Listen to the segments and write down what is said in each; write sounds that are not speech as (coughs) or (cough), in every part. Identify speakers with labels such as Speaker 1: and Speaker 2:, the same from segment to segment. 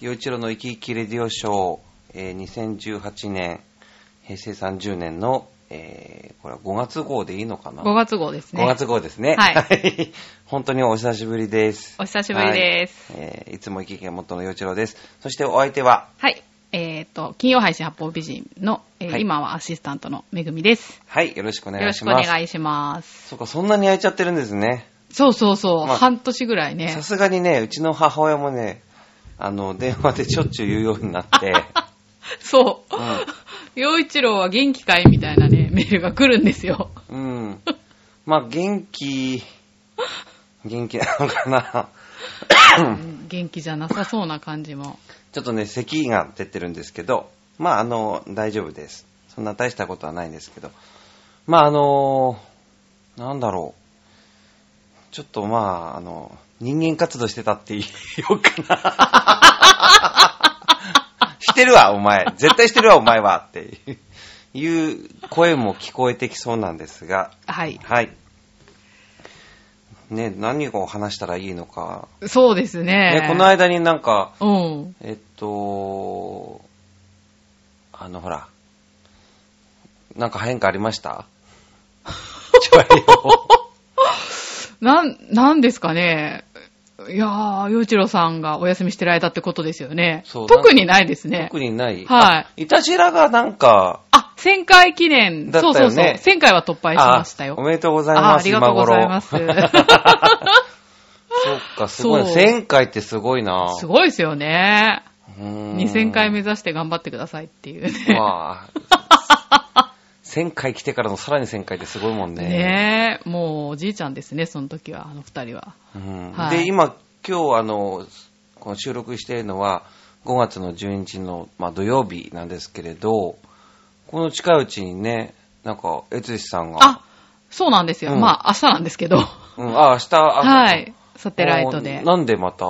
Speaker 1: 陽一郎の生き生きレディオショー、えー2018年、平成30年の、えーこれは5月号でいいのかな
Speaker 2: 5月号ですね。
Speaker 1: 5月号ですね。
Speaker 2: はい
Speaker 1: い。 (laughs) 本当にお久しぶりです。
Speaker 2: お久しぶりです
Speaker 1: はい。えーいつも生き生きが元の陽一郎です。そしてお相手は、
Speaker 2: はい。えっ、と、金曜配信八方美人の、えー
Speaker 1: はい
Speaker 2: 今はアシスタントのめぐみです。
Speaker 1: はい、よろしくお
Speaker 2: よ
Speaker 1: 願
Speaker 2: ろ
Speaker 1: い
Speaker 2: し
Speaker 1: し
Speaker 2: くお
Speaker 1: ます。
Speaker 2: 願いします。
Speaker 1: そうか、そんなに焼いちゃってるんですね。
Speaker 2: そうそうそう、
Speaker 1: まあ
Speaker 2: 半年ぐらいね
Speaker 1: さ。すがにね、うちの母親もね、あの、電話でしょっちゅう言うようにな
Speaker 2: (laughs)
Speaker 1: って、
Speaker 2: そうう。
Speaker 1: ん
Speaker 2: 陽一郎は元気かいみたいなね、メ (laughs) ールが来るんですよ。
Speaker 1: うん。まあ、元気、元気なのかな。
Speaker 2: うん元気じゃなさそうな感じも。
Speaker 1: ちょっとね、咳が出てるんですけど、まあ、あの、大丈夫です。そんな大したことはないんですけど。まあ、あの、なんだろう。ちょっとまあ、あの、人間活動してたって言おうかな。 (laughs) してるわ、お前。絶対してるわ、お前は。っていう声も聞こえてきそうなんですが、
Speaker 2: はい。
Speaker 1: はい。ね、何を話したらいいのか。
Speaker 2: そうですね。
Speaker 1: ね、この間になんか、
Speaker 2: うん。
Speaker 1: えっと、あの、ほら、なんか変化ありました
Speaker 2: (laughs)
Speaker 1: ちょいよ
Speaker 2: なん、なんですかね。いやー、陽一郎さんがお休みしてる間ってことですよね。
Speaker 1: そう
Speaker 2: 特にないですね。
Speaker 1: 特にない。
Speaker 2: はい
Speaker 1: あ。いたしらがなんか、
Speaker 2: あ、1000回記念。
Speaker 1: だった
Speaker 2: そ
Speaker 1: よ
Speaker 2: う
Speaker 1: ね
Speaker 2: そうそう。1000回は突破しました
Speaker 1: あお
Speaker 2: よ。
Speaker 1: めでとうござい
Speaker 2: あ
Speaker 1: ま
Speaker 2: あ
Speaker 1: す、
Speaker 2: りがとうございま
Speaker 1: 今
Speaker 2: す。
Speaker 1: 頃そっか、すごい。
Speaker 2: そう
Speaker 1: 1000回ってすごいな。
Speaker 2: (laughs) すごいですよね。
Speaker 1: うーん
Speaker 2: 2000回目指して頑張ってくださいっ
Speaker 1: (laughs)
Speaker 2: ていうね。
Speaker 1: わあ1000回来てからのさらに1000回ってすごいもんね。
Speaker 2: ねえ、もうおじいちゃんですね、その時は、あの二人は。
Speaker 1: うん
Speaker 2: はい
Speaker 1: で、今、今日、あの、この収録しているのは、5月の12日の、まあ、土曜日なんですけれど、この近いうちにね、なんか、えつしさんが、
Speaker 2: あ、そうなんですよ。
Speaker 1: うん
Speaker 2: まあ、明日なんですけど。
Speaker 1: うん、あ、明日、あ
Speaker 2: (laughs) はい。サテライトで
Speaker 1: お。なんでまた、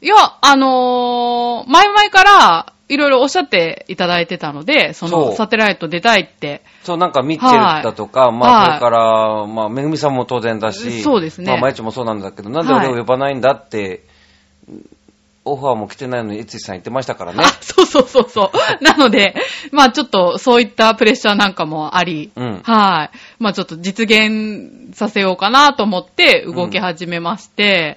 Speaker 2: いや、あのー前々から、いろいろおっしゃっていただいてたので、そ
Speaker 1: そう
Speaker 2: の、サテライト出たいって。
Speaker 1: そう、なんか、ミッチェルだとか、まあ、
Speaker 2: はい
Speaker 1: それから、まあ、めぐみさんも当然だし、
Speaker 2: そうですね
Speaker 1: まあ、まいちもそうなんだけど、なんで俺を呼ばないんだって、オファーも来てないのに、えつしさん言ってましたからね
Speaker 2: あ。、そうそうそうそう。 (laughs) なので、まあちょっとそういったプレッシャーなんかもあり、
Speaker 1: うん
Speaker 2: はい。まあちょっと実現させようかなと思って動き始めまして、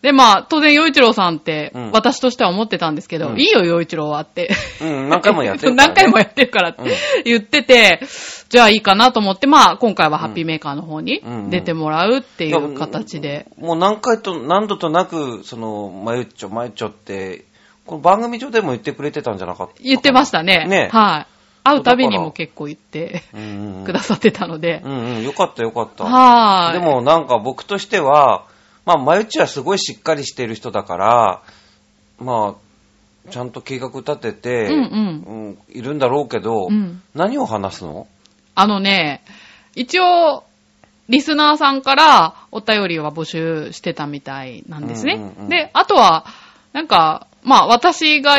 Speaker 2: で、まあ当然、洋一郎さんって
Speaker 1: うん
Speaker 2: 私としては思ってたんですけど、
Speaker 1: うん
Speaker 2: いいよ、洋一郎はって。
Speaker 1: うん、何回もやってるから、ね。
Speaker 2: (laughs) 何回もやってるからって
Speaker 1: うん
Speaker 2: 言ってて、じゃあいいかなと思って、まあ今回はハッピーメーカーの方に
Speaker 1: うん
Speaker 2: 出てもらうっていう形で。
Speaker 1: もう何回と、何度となく、その、まゆっちょ、まゆっちょって、この番組上でも言ってくれてたんじゃなかったかな
Speaker 2: 言ってましたね。
Speaker 1: ね
Speaker 2: はい。会うたびに
Speaker 1: だから
Speaker 2: も結構言って
Speaker 1: うんうん。
Speaker 2: くださってたので。
Speaker 1: うんうん、よかったよかった。
Speaker 2: はーい。
Speaker 1: でもなんか僕としては、まあ、まゆっちはすごいしっかりしてる人だから、まあ、ちゃんと計画立てて、
Speaker 2: うん
Speaker 1: うんいるんだろうけど、
Speaker 2: うん
Speaker 1: 何を話すの
Speaker 2: あのね、一応、リスナーさんからお便りは募集してたみたいなんですね。
Speaker 1: うんうんうん
Speaker 2: で、あとは、なんか、まあ私が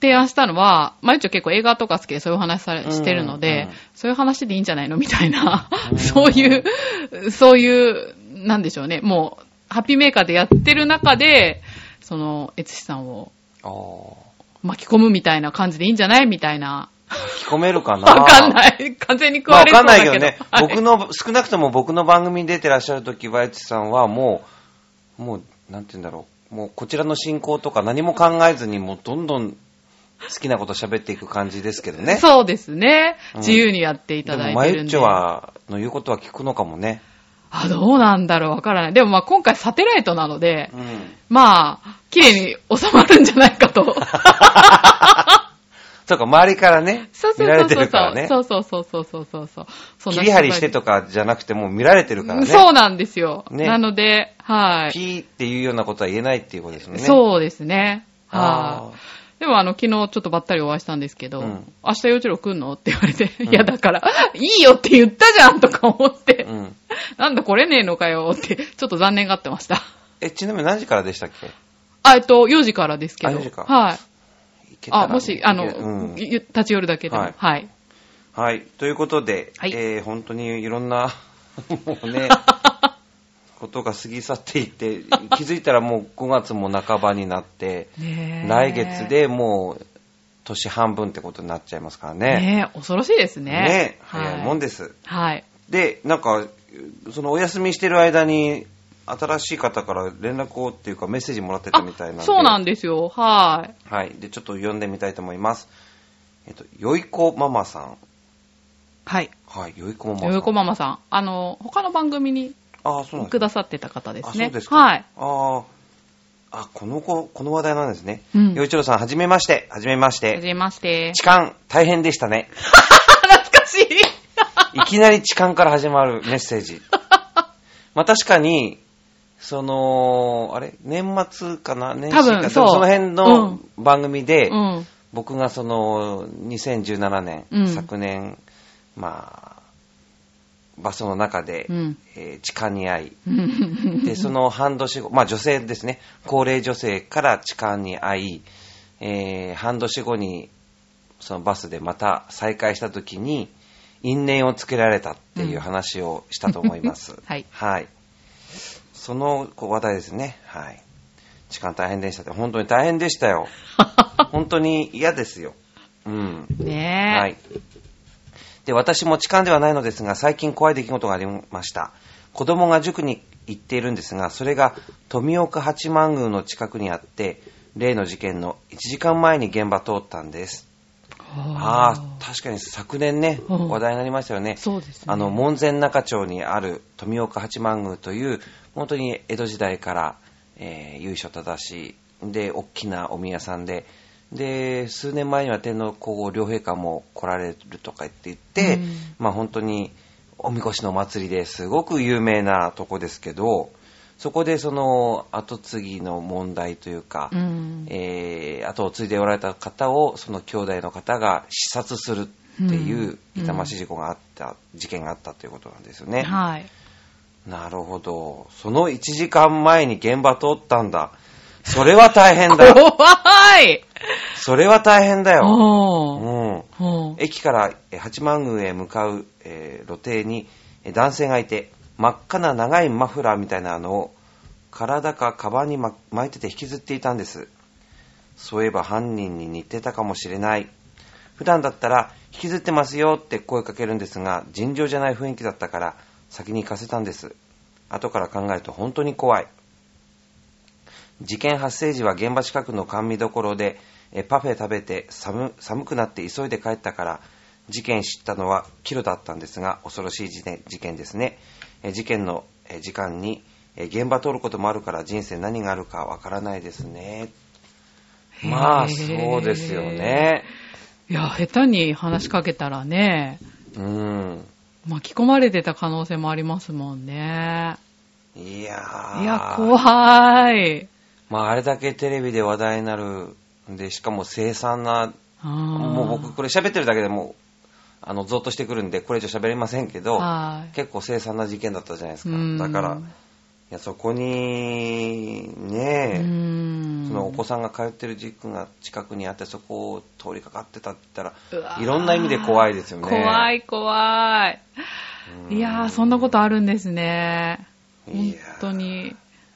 Speaker 2: 提案したのは、まあ一応結構映画とか好きでそういうお話されしてるので、
Speaker 1: うんうん
Speaker 2: そういう話でいいんじゃないのみたいな、 (laughs) そういう、そういう、なんでしょうね、もう、ハッピーメーカーでやってる中で、その、えつしさんを
Speaker 1: ああ、
Speaker 2: 巻き込むみたいな感じでいいんじゃないみたいな
Speaker 1: 聞き込める (laughs) かな
Speaker 2: わかんない。完全に食
Speaker 1: まあ、
Speaker 2: わ
Speaker 1: わ
Speaker 2: れ
Speaker 1: か
Speaker 2: そうんだ
Speaker 1: ない
Speaker 2: け
Speaker 1: け
Speaker 2: ど。
Speaker 1: どね、
Speaker 2: はい
Speaker 1: 僕の、少なくとも僕の番組に出てらっしゃるとき、バイツさんはもう、もう、なんて言うんだろう、もうこちらの進行とか何も考えずに、もうどんどん好きなこと喋っていく感じですけどね。
Speaker 2: そうですね
Speaker 1: う。ん
Speaker 2: 自由にやってい
Speaker 1: で
Speaker 2: た
Speaker 1: も
Speaker 2: だ、い
Speaker 1: マ
Speaker 2: て
Speaker 1: ユ
Speaker 2: るん
Speaker 1: ッ
Speaker 2: で。
Speaker 1: チョは、の言うことは聞くのかもね。
Speaker 2: あ、どうなんだろうわからない。でもまあ今回サテライトなので、
Speaker 1: うん。
Speaker 2: まあ、綺麗に収まるんじゃないか
Speaker 1: (laughs)
Speaker 2: と。
Speaker 1: そうか、周りからね
Speaker 2: そう、そ
Speaker 1: 見
Speaker 2: う
Speaker 1: られ
Speaker 2: そう
Speaker 1: て
Speaker 2: そう
Speaker 1: るからね。
Speaker 2: そうそうそうそうそうそうそう。そん
Speaker 1: 切
Speaker 2: な
Speaker 1: り張りしてとかじゃなくて、もう見られてるからね。
Speaker 2: そうなんですよ。
Speaker 1: ね
Speaker 2: なので、はい。
Speaker 1: ピーっていうようなことは言えないっていうことですよね。う。
Speaker 2: そうですね。
Speaker 1: あ
Speaker 2: はい。でもあの、昨日ちょっとばったりお会いしたんですけど、
Speaker 1: うん
Speaker 2: 明日洋一郎来んのって言われて、いやだから、いいよって言ったじゃんとか思って、
Speaker 1: あ。うん。
Speaker 2: (laughs) なんだ来れねえのかよって、ちょっと残念がってました。
Speaker 1: え、ちなみに何時からでしたっけ
Speaker 2: あ、えっと、4時からですけど。
Speaker 1: あ4時か
Speaker 2: はい。
Speaker 1: いけたら
Speaker 2: あ、もし、あの、
Speaker 1: いけうん
Speaker 2: ゆ立ち寄るだけでも。
Speaker 1: は
Speaker 2: はいい。
Speaker 1: はい。ということで、
Speaker 2: は
Speaker 1: (laughs)
Speaker 2: い (laughs)
Speaker 1: えー本当にいろんな、もうね、ことが過ぎ去っていって気づいたらもう5月も半ばになって
Speaker 2: ねえ
Speaker 1: 来月でもう年半分ってことになっちゃいますからね。
Speaker 2: ねえ恐ろしいですね。。
Speaker 1: ね早いもんですす。
Speaker 2: はい。
Speaker 1: で、なんか、そのお休みしてる間に、新しい方から連絡をっていうかメッセージもらってたみたいなんで。
Speaker 2: そうなん
Speaker 1: で
Speaker 2: ですよ。はい。
Speaker 1: す。はい。で、ちょっと読んでみたいと思います。えっと、よいこママさん。
Speaker 2: はい。
Speaker 1: はい、よいこママさん。
Speaker 2: よよこママさん。あの、他の番組に
Speaker 1: ああ、そうなんです
Speaker 2: く
Speaker 1: ね
Speaker 2: ださってた方ですね。
Speaker 1: あ、そうですか。
Speaker 2: はい。
Speaker 1: ああ、あ、この子、この話題なんですね。
Speaker 2: うん
Speaker 1: 洋一郎さん、はじめまして。はじめまし
Speaker 2: は
Speaker 1: て。
Speaker 2: じめまして。
Speaker 1: 痴漢、大変でした
Speaker 2: (laughs)
Speaker 1: ね。
Speaker 2: 懐かしい。
Speaker 1: いきなり痴漢から始まるメッセー
Speaker 2: (laughs)
Speaker 1: ジ。まあ確かに、その、あれ年末かな年始か
Speaker 2: 多分そう
Speaker 1: その辺の番組で、
Speaker 2: うん。
Speaker 1: 僕がその、2017年、
Speaker 2: うん
Speaker 1: 昨年、まあ、バスの中で、
Speaker 2: うん
Speaker 1: えー痴漢に遭い、
Speaker 2: (laughs) うん。
Speaker 1: で、その半年後、まあ女性ですね、高齢女性から痴漢に遭い、えー半年後に、そのバスでまた再会した時に、因縁をつけられたっていう話をしたと思います。
Speaker 2: (laughs) はい
Speaker 1: はい。そのこう話題ですね。はい。痴漢大変でしたって、本当に大変でしたよ。本当に嫌ですよ。うん。
Speaker 2: ねえ。
Speaker 1: はい。で、私も痴漢ではないのですが、最近怖い出来事がありました。子供が塾に行っているんですが、それが富岡八幡宮の近くにあって、例の事件の1時間前に現場通ったんです。ああ
Speaker 2: あ
Speaker 1: ー、確かに昨年ね、
Speaker 2: うん
Speaker 1: 話題になりましたよね
Speaker 2: ー。。そうですね。
Speaker 1: あの、門前仲町にある富岡八幡宮という、本当に江戸時代から、えー由緒正しい、で、大きなお宮さんで、で、数年前には天皇皇后両陛下も来られるとか言って言って、
Speaker 2: うん
Speaker 1: まあ本当におみこしの祭りですごく有名なとこですけど、そこでその後継ぎの問題というか、
Speaker 2: うん。
Speaker 1: えー、後を継いでおられた方をその兄弟の方が視察するっていう
Speaker 2: うん
Speaker 1: 痛ましい事故があった、事件があったということなんですよね。
Speaker 2: はい。
Speaker 1: なるほど。その1時間前に現場通ったんだ。それは大変
Speaker 2: (laughs)
Speaker 1: だ。
Speaker 2: 怖い
Speaker 1: それは大変だよ。う
Speaker 2: お
Speaker 1: ん。
Speaker 2: ー。おー
Speaker 1: 駅からえー八幡宮へ向かう、えー路程にえー男性がいて真っ赤な長いマフラーみたいなのを体かカバンにま巻いてて引きずっていたんですそういえば犯人に似てたかもしれない普段だったら引きずってますよって声かけるんですが尋常じゃない雰囲気だったから先に行かせたんです後から考えると本当に怖い事件発生時は現場近くの甘味どころでえパフェ食べて寒寒くなって急いで帰ったから事件知ったのはキロだったんですが恐ろしい事件事件ですねえ事件のえ時間にえ現場通ることもあるから人生何があるかわからないですねまあそうですよ。ね
Speaker 2: いや、下手に話しかけたらね、
Speaker 1: うん
Speaker 2: 巻き込まれてた可能性もありますもんね。
Speaker 1: いやー
Speaker 2: いや、怖い。
Speaker 1: まああれだけテレビで話題になるんでしかも凄惨なも
Speaker 2: も
Speaker 1: う僕これ喋ってるだけでもうあのゾッとしてくるんでこれ以上喋りませんけど
Speaker 2: はい。
Speaker 1: 結構凄惨な事件だったじゃないですか
Speaker 2: うん
Speaker 1: だからいやそこに
Speaker 2: う
Speaker 1: ね
Speaker 2: ん
Speaker 1: そのお子さんが通ってる塾が近くにあってそこを通りかかってたって言った
Speaker 2: うわ
Speaker 1: ら
Speaker 2: ー
Speaker 1: いろんな意味で怖いですよね
Speaker 2: 怖い怖い。
Speaker 1: うん
Speaker 2: いやー、そんなことあるんですね。
Speaker 1: い
Speaker 2: 本
Speaker 1: や
Speaker 2: 当に。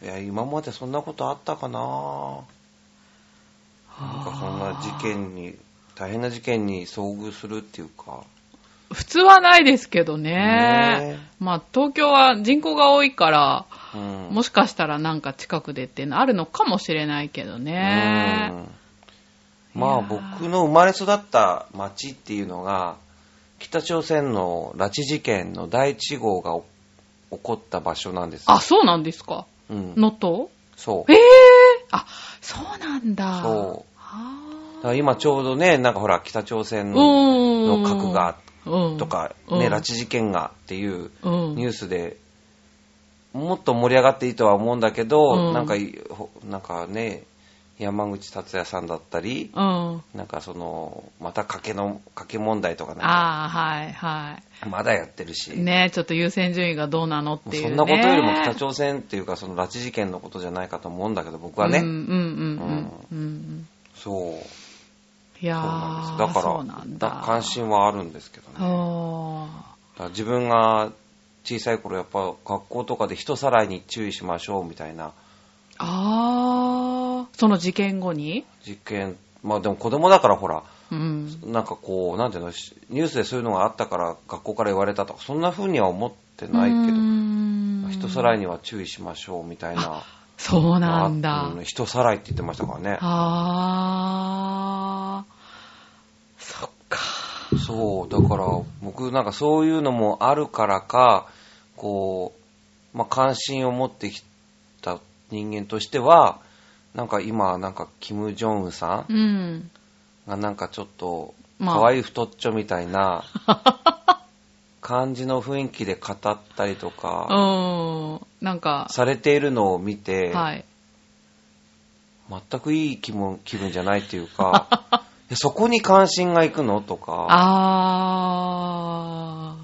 Speaker 1: いや今までそんなことあったかななんかそんな事件に大変な事件に遭遇するっていうか
Speaker 2: 普通はないですけどね。
Speaker 1: ね
Speaker 2: まあ、東京は人口が多いから、
Speaker 1: うん
Speaker 2: もしかしたらなんか近くでっていうのあるのかもしれないけどね。
Speaker 1: うんまあ
Speaker 2: いやー
Speaker 1: 僕の生まれ育った町っていうのが北朝鮮の拉致事件の第一号がお起こった場所なんですよ
Speaker 2: あ、そうなんですか。
Speaker 1: うん、
Speaker 2: 能登
Speaker 1: そう
Speaker 2: え
Speaker 1: だ
Speaker 2: えあ、そうなんだ。
Speaker 1: そう
Speaker 2: あ
Speaker 1: から今ちょうどねなんかほら北朝鮮
Speaker 2: ー
Speaker 1: の
Speaker 2: うん。
Speaker 1: 核が
Speaker 2: と
Speaker 1: とか、
Speaker 2: うん
Speaker 1: ね、拉致事件がっていう
Speaker 2: うん。
Speaker 1: ニュースでもっと盛り上がっていいとは思うんだけど、
Speaker 2: うん
Speaker 1: なんかいほなんかね山口達也さんだったり
Speaker 2: うん。
Speaker 1: なんかそのまた賭けの賭け問題とかなんか
Speaker 2: ああ、はい、は
Speaker 1: まだやってるし、
Speaker 2: い。ねえ、ちょっと優先順位がどうなのっ
Speaker 1: もう
Speaker 2: ていう、
Speaker 1: そ
Speaker 2: ね。
Speaker 1: んなことよりも北朝鮮っていうか、その拉致事件のことじゃないかと思うんだけど、僕はね、
Speaker 2: うんうんうんうん。うんうん、
Speaker 1: そう、
Speaker 2: いや
Speaker 1: そう
Speaker 2: ー
Speaker 1: なんです。だ
Speaker 2: そ
Speaker 1: か
Speaker 2: う
Speaker 1: ら
Speaker 2: なんだ。
Speaker 1: 関心はあるんですけどね。だか
Speaker 2: あ
Speaker 1: ら自分が小さい頃やっぱ学校とかで人さらいに注意しましょうみたいな
Speaker 2: ああ、その事件後に
Speaker 1: 実験、まあでも子供だからほら、
Speaker 2: うん。
Speaker 1: なんかこう、なんていうの、しニュースでそういうのがあったから学校から言われたとか、そんな風には思ってないけど、人
Speaker 2: ど
Speaker 1: さらいには注意しましょうみたいな。
Speaker 2: そうなんだ。
Speaker 1: あうん人さらいって言ってましたからね。
Speaker 2: あー、そっか。
Speaker 1: そう、だから僕なんかそういうのもあるからか、こう、まあ、関心を持ってきた人間としては、なんか今、なんか、キム・ジョンウンさん
Speaker 2: うん。
Speaker 1: がなんかちょっと、
Speaker 2: まあ
Speaker 1: 可愛い太っちょみたい
Speaker 2: (laughs)
Speaker 1: な感じの雰囲気で語ったりとか、
Speaker 2: うん。なんか、
Speaker 1: されているのを見て、
Speaker 2: はい。
Speaker 1: 全くいい気
Speaker 2: (laughs)
Speaker 1: 分気分じゃないっていうか、いやそこに関心がいくのとか、
Speaker 2: あ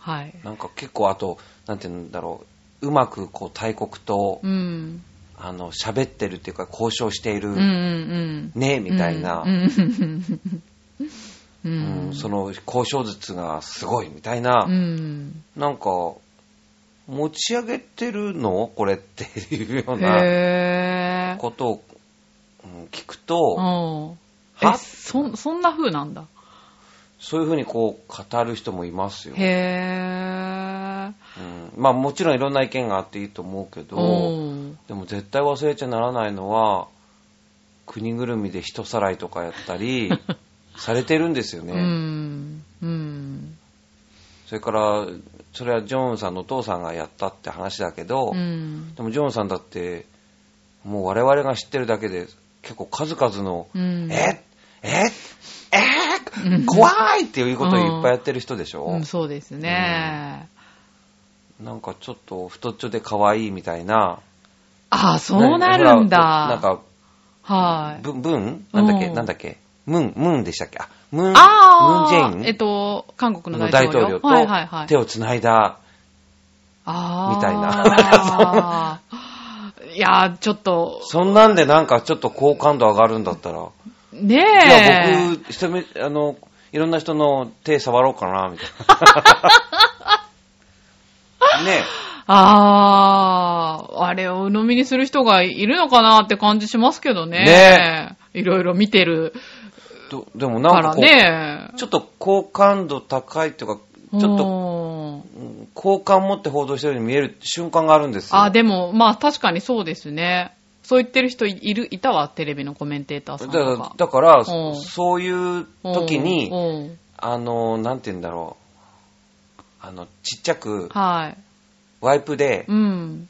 Speaker 2: ー、はい。
Speaker 1: なんか結構あと、なんて言うんだろう、うまくこう大国と、
Speaker 2: うん。
Speaker 1: あの、喋ってるっていうか交渉している、
Speaker 2: うんうんうん。
Speaker 1: ね、みたいな、
Speaker 2: うんうんうん。う
Speaker 1: うん
Speaker 2: ん。
Speaker 1: その交渉術がすごいみたいな、
Speaker 2: うん。
Speaker 1: なんか、持ち上げてるのこれっていうような
Speaker 2: へー。
Speaker 1: ことを、うん聞くと、
Speaker 2: うん。
Speaker 1: は
Speaker 2: え、そ、そんな風なんだ。
Speaker 1: そういうふうにこう語る人もいますよ。
Speaker 2: へー。
Speaker 1: うんまあもちろんいろんな意見があっていいと思うけど、
Speaker 2: うん
Speaker 1: でも絶対忘れちゃならないのは、国ぐるみで人さらいとかやったり、
Speaker 2: (laughs)
Speaker 1: されてるんですよね。
Speaker 2: うん。うん。
Speaker 1: それから、それはジョンさんのお父さんがやったって話だけど、
Speaker 2: うん。
Speaker 1: でもジョンさんだって、もう我々が知ってるだけで、結構数々の、
Speaker 2: うん。
Speaker 1: えええ
Speaker 2: うん
Speaker 1: 怖いっていうことをいっぱいやってる人でしょ、
Speaker 2: うん、そうですね。
Speaker 1: なんかちょっと太っちょで可愛いみたいな。
Speaker 2: ああ、そうなるんだ。
Speaker 1: なんか、
Speaker 2: はい。
Speaker 1: ぶ、ぶんなんだっけ
Speaker 2: うん
Speaker 1: なんだっけムン、ムンでしたっけあ、ムン、ムン
Speaker 2: あ
Speaker 1: ジ
Speaker 2: あ、
Speaker 1: ェイン
Speaker 2: えっと、韓国の
Speaker 1: の
Speaker 2: 大
Speaker 1: 大
Speaker 2: 統
Speaker 1: 統領
Speaker 2: 領はいはいは
Speaker 1: と
Speaker 2: い。
Speaker 1: 手をつないだ。
Speaker 2: ああ。
Speaker 1: みたい
Speaker 2: な。 (laughs) いやー、ちょっ
Speaker 1: (laughs)
Speaker 2: と、
Speaker 1: そんなんでなんかちょっと好感度上がるんだったら、
Speaker 2: ね
Speaker 1: じゃあ
Speaker 2: え。
Speaker 1: 僕、人目、あの、いろんな人の手触ろうかな、みたい
Speaker 2: (laughs)
Speaker 1: な。ね
Speaker 2: ああ、あれを鵜呑みにする人がいるのかなって感じしますけどね。
Speaker 1: ね
Speaker 2: いろいろ見てる
Speaker 1: えどでもな
Speaker 2: か
Speaker 1: んからこう、
Speaker 2: ね。
Speaker 1: ちょっと好感度高いというか、ちょっと
Speaker 2: と。
Speaker 1: うん好感持って報道してるように見える瞬間があるんですよ。
Speaker 2: あ、でも、まあ確かにそうですね。そう言ってる人いいる、いたわ、テレビのコメンテーターさん
Speaker 1: だ
Speaker 2: と
Speaker 1: から
Speaker 2: か。
Speaker 1: だから
Speaker 2: うん
Speaker 1: そういう時
Speaker 2: う
Speaker 1: に、
Speaker 2: んうん
Speaker 1: あの、なんて言うんだろう、あの、ちっちゃく、
Speaker 2: はい。
Speaker 1: ワイプで
Speaker 2: う、ん。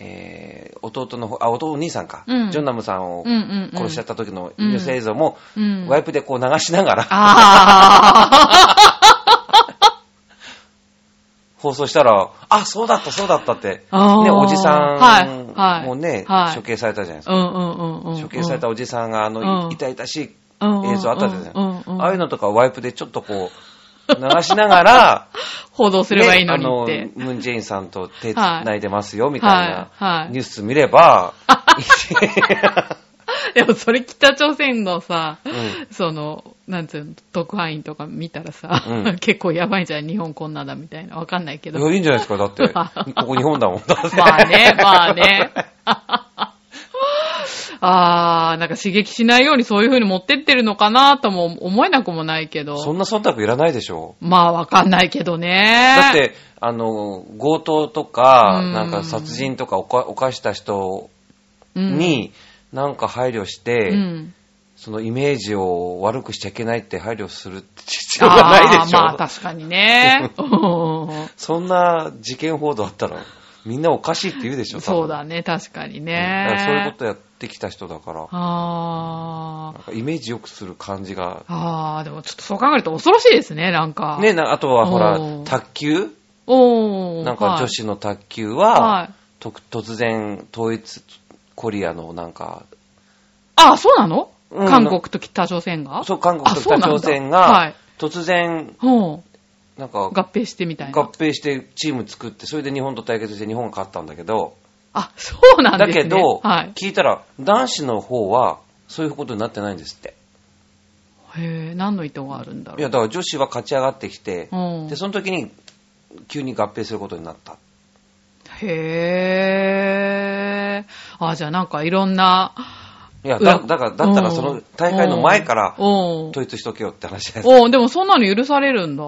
Speaker 1: えー弟の方、あ、弟お兄さんか、
Speaker 2: うん
Speaker 1: ジョンナムさんを
Speaker 2: うんうん、うん。
Speaker 1: 殺しちゃった時のニュース映像も、
Speaker 2: うん。
Speaker 1: ワイプでこう流しながら、
Speaker 2: あ
Speaker 1: 放送したら、あ、そうだった、そうだったって、
Speaker 2: あー
Speaker 1: ね、おじさんもね、
Speaker 2: はいはい
Speaker 1: 処刑されたじゃないです
Speaker 2: あ。
Speaker 1: か。
Speaker 2: うんうんうんうん。
Speaker 1: 処刑されたおじさんが、あ
Speaker 2: う
Speaker 1: の、
Speaker 2: ん
Speaker 1: い痛々しい
Speaker 2: 映
Speaker 1: 映像あったじゃないです
Speaker 2: うんうんう
Speaker 1: か。
Speaker 2: ん
Speaker 1: ああいうのとかワイプでちょっとこう、流しながら、
Speaker 2: 報道 (laughs) すればいいの
Speaker 1: あ
Speaker 2: に
Speaker 1: の
Speaker 2: って。、
Speaker 1: ムンジェインさんと手繋いでますよ、みたい
Speaker 2: はいは
Speaker 1: ないニュース見れば、
Speaker 2: (laughs) でもそれ北朝鮮のさ、
Speaker 1: ん
Speaker 2: その、なんつうの、特派員とか見たらさ、
Speaker 1: うん
Speaker 2: (laughs) 結構やばいじゃん、日本こんなだみたいな。わかんないけ
Speaker 1: い
Speaker 2: ど。
Speaker 1: や、いいんじゃないですか、だ
Speaker 2: (laughs)
Speaker 1: って。ここ日本だもん。だって
Speaker 2: まあね、まあね。 (laughs) あー、なんか刺激しないようにそういう風に持ってってるのかなとも思えなくもないけ
Speaker 1: そ
Speaker 2: ど。
Speaker 1: んな忖度いらないでしょ。
Speaker 2: まあわかんないけどね。
Speaker 1: だっ、て、あの、強盗とか、
Speaker 2: うん
Speaker 1: なんか殺人とか犯犯した人に、なんか配慮し
Speaker 2: う
Speaker 1: て、
Speaker 2: ん、うん。
Speaker 1: そのイメージを悪くしちゃいけないって配慮する必要がない
Speaker 2: あ
Speaker 1: で
Speaker 2: ー、
Speaker 1: しょ。
Speaker 2: まあ確かに
Speaker 1: (laughs)
Speaker 2: ね。うん
Speaker 1: そんな事件報道あったら、みんなおかしいって言うでしょ、多分
Speaker 2: そうだね、確かに
Speaker 1: うんだからそういう
Speaker 2: ね
Speaker 1: こ。とやってきた人だから、な
Speaker 2: あ
Speaker 1: ん
Speaker 2: ー。
Speaker 1: かイメージ良くする感じが。
Speaker 2: あー、でもちょっとそう考えると恐ろしいですね、なんか。
Speaker 1: ね、。なあとはほら
Speaker 2: おー、
Speaker 1: 卓球
Speaker 2: おー。
Speaker 1: なんか女
Speaker 2: 子
Speaker 1: 子の卓球
Speaker 2: は、
Speaker 1: は、
Speaker 2: はい。
Speaker 1: と突然、統一コリアのなんか、
Speaker 2: あ、そうなの、
Speaker 1: うん
Speaker 2: 韓国と北朝鮮が
Speaker 1: そう、韓国
Speaker 2: あ
Speaker 1: と
Speaker 2: そう
Speaker 1: 北
Speaker 2: なんだ
Speaker 1: 朝鮮
Speaker 2: は
Speaker 1: が
Speaker 2: い、
Speaker 1: 突然、
Speaker 2: うん。
Speaker 1: なんか、
Speaker 2: 合併してみたいな
Speaker 1: 合。併してチーム作って、それで日本と対決して日本が勝ったんだけど、
Speaker 2: あ、そうなん
Speaker 1: だ
Speaker 2: ですね。
Speaker 1: けど、
Speaker 2: はい。
Speaker 1: 聞いたら、男子の方は、そういうことになってないんですって。
Speaker 2: へえ、何の意図があるんだろう。
Speaker 1: いや、だから女子は勝ち上がってきて、
Speaker 2: うん。
Speaker 1: で、その時に、急に合併することになった。
Speaker 2: へえ。あ、じゃあなんかいろんな。
Speaker 1: いや、
Speaker 2: 裏
Speaker 1: だだから、だったらその大会の前から
Speaker 2: うん。うん
Speaker 1: 統一しとけよって話じゃない
Speaker 2: うん、でもそんなの許されるんだ。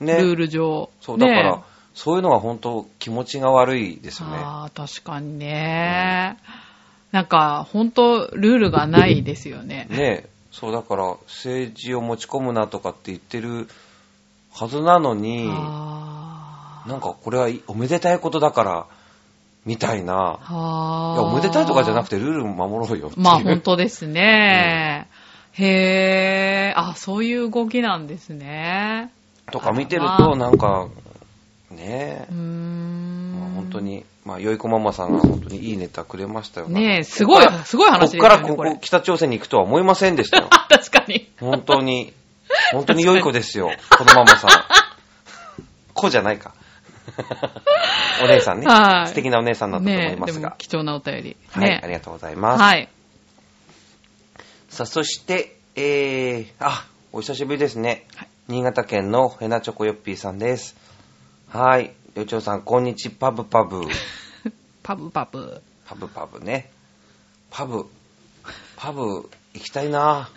Speaker 1: ですか。
Speaker 2: ルー
Speaker 1: ね。
Speaker 2: ル上。
Speaker 1: そう、だか
Speaker 2: ね
Speaker 1: ら、そういうのは本当気持ちが悪いですよね。
Speaker 2: ああ、確かにね。なんか、本当ルールがないですよね。
Speaker 1: ねえ、そうだから政治を持ち込むなとかって言ってるはずなのに、な
Speaker 2: あ
Speaker 1: んかこれはいおめでたいことだから、みたいな。
Speaker 2: あ。はいあ。
Speaker 1: や、おめでたいとかじゃなく
Speaker 2: て。
Speaker 1: てルール守ろうよっていう。
Speaker 2: まあ、本当ですね。へえ。あ、そういう動きなんですね。
Speaker 1: とか見てる
Speaker 2: あらま
Speaker 1: と、
Speaker 2: あ
Speaker 1: なんか、ね
Speaker 2: う
Speaker 1: え、
Speaker 2: ーん。
Speaker 1: まあ、本当。に、まあ、よいこママさんが本当にいいネタくれましたよ
Speaker 2: ねえ、すごい、すごい話です
Speaker 1: こっ
Speaker 2: よ
Speaker 1: から
Speaker 2: ね、
Speaker 1: こ
Speaker 2: こ
Speaker 1: こ
Speaker 2: れ。。
Speaker 1: 北朝鮮に行くとは思いませんでしたよ
Speaker 2: あ、確かに。
Speaker 1: 本当に。本当に良い子です
Speaker 2: (laughs)
Speaker 1: よ。このママさん。子じゃないか。お姉さんね。
Speaker 2: はい
Speaker 1: 素敵なお姉さんだったと思い
Speaker 2: ねえ、
Speaker 1: ま
Speaker 2: ですも
Speaker 1: が。
Speaker 2: 貴重なお便り。
Speaker 1: はい、あり
Speaker 2: ね
Speaker 1: がとうござい
Speaker 2: え。
Speaker 1: ます。
Speaker 2: はい。
Speaker 1: さあ、そして、えー、あ、お久しぶりですね。
Speaker 2: はい
Speaker 1: 新潟県のヘナチョコヨッピーさんです。はい。よちょうさん、こんにちパブパブ。
Speaker 2: パブパブ。
Speaker 1: パブパブね。パブ。パブ、行きたいな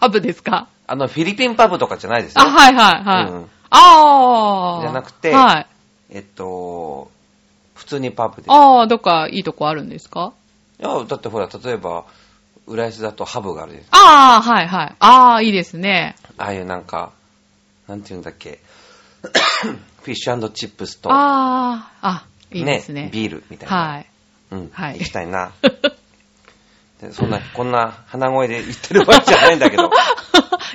Speaker 2: パブですか
Speaker 1: あの、フィリピンパブとかじゃないですよ
Speaker 2: あ、。はいはいはい。
Speaker 1: うん
Speaker 2: ああ。
Speaker 1: じゃなくて
Speaker 2: はい。
Speaker 1: えっと、普通にパブで。
Speaker 2: ああ、どっかいいとこあるんですか
Speaker 1: いや、だってほら、例えば、浦安だとハブがあるじゃん
Speaker 2: ああ、はいはい。ああ、いいですね。
Speaker 1: ああいうなんか、なんていうんだっけ、 (coughs) フィッシュチップスと、
Speaker 2: ああ、あ、いいですね。
Speaker 1: ビールみたいな。
Speaker 2: はい。
Speaker 1: うん、
Speaker 2: はい
Speaker 1: 行きたいな。でそんな、こんな鼻声で言ってるわけじゃないんだけ
Speaker 2: (laughs)
Speaker 1: ど。
Speaker 2: い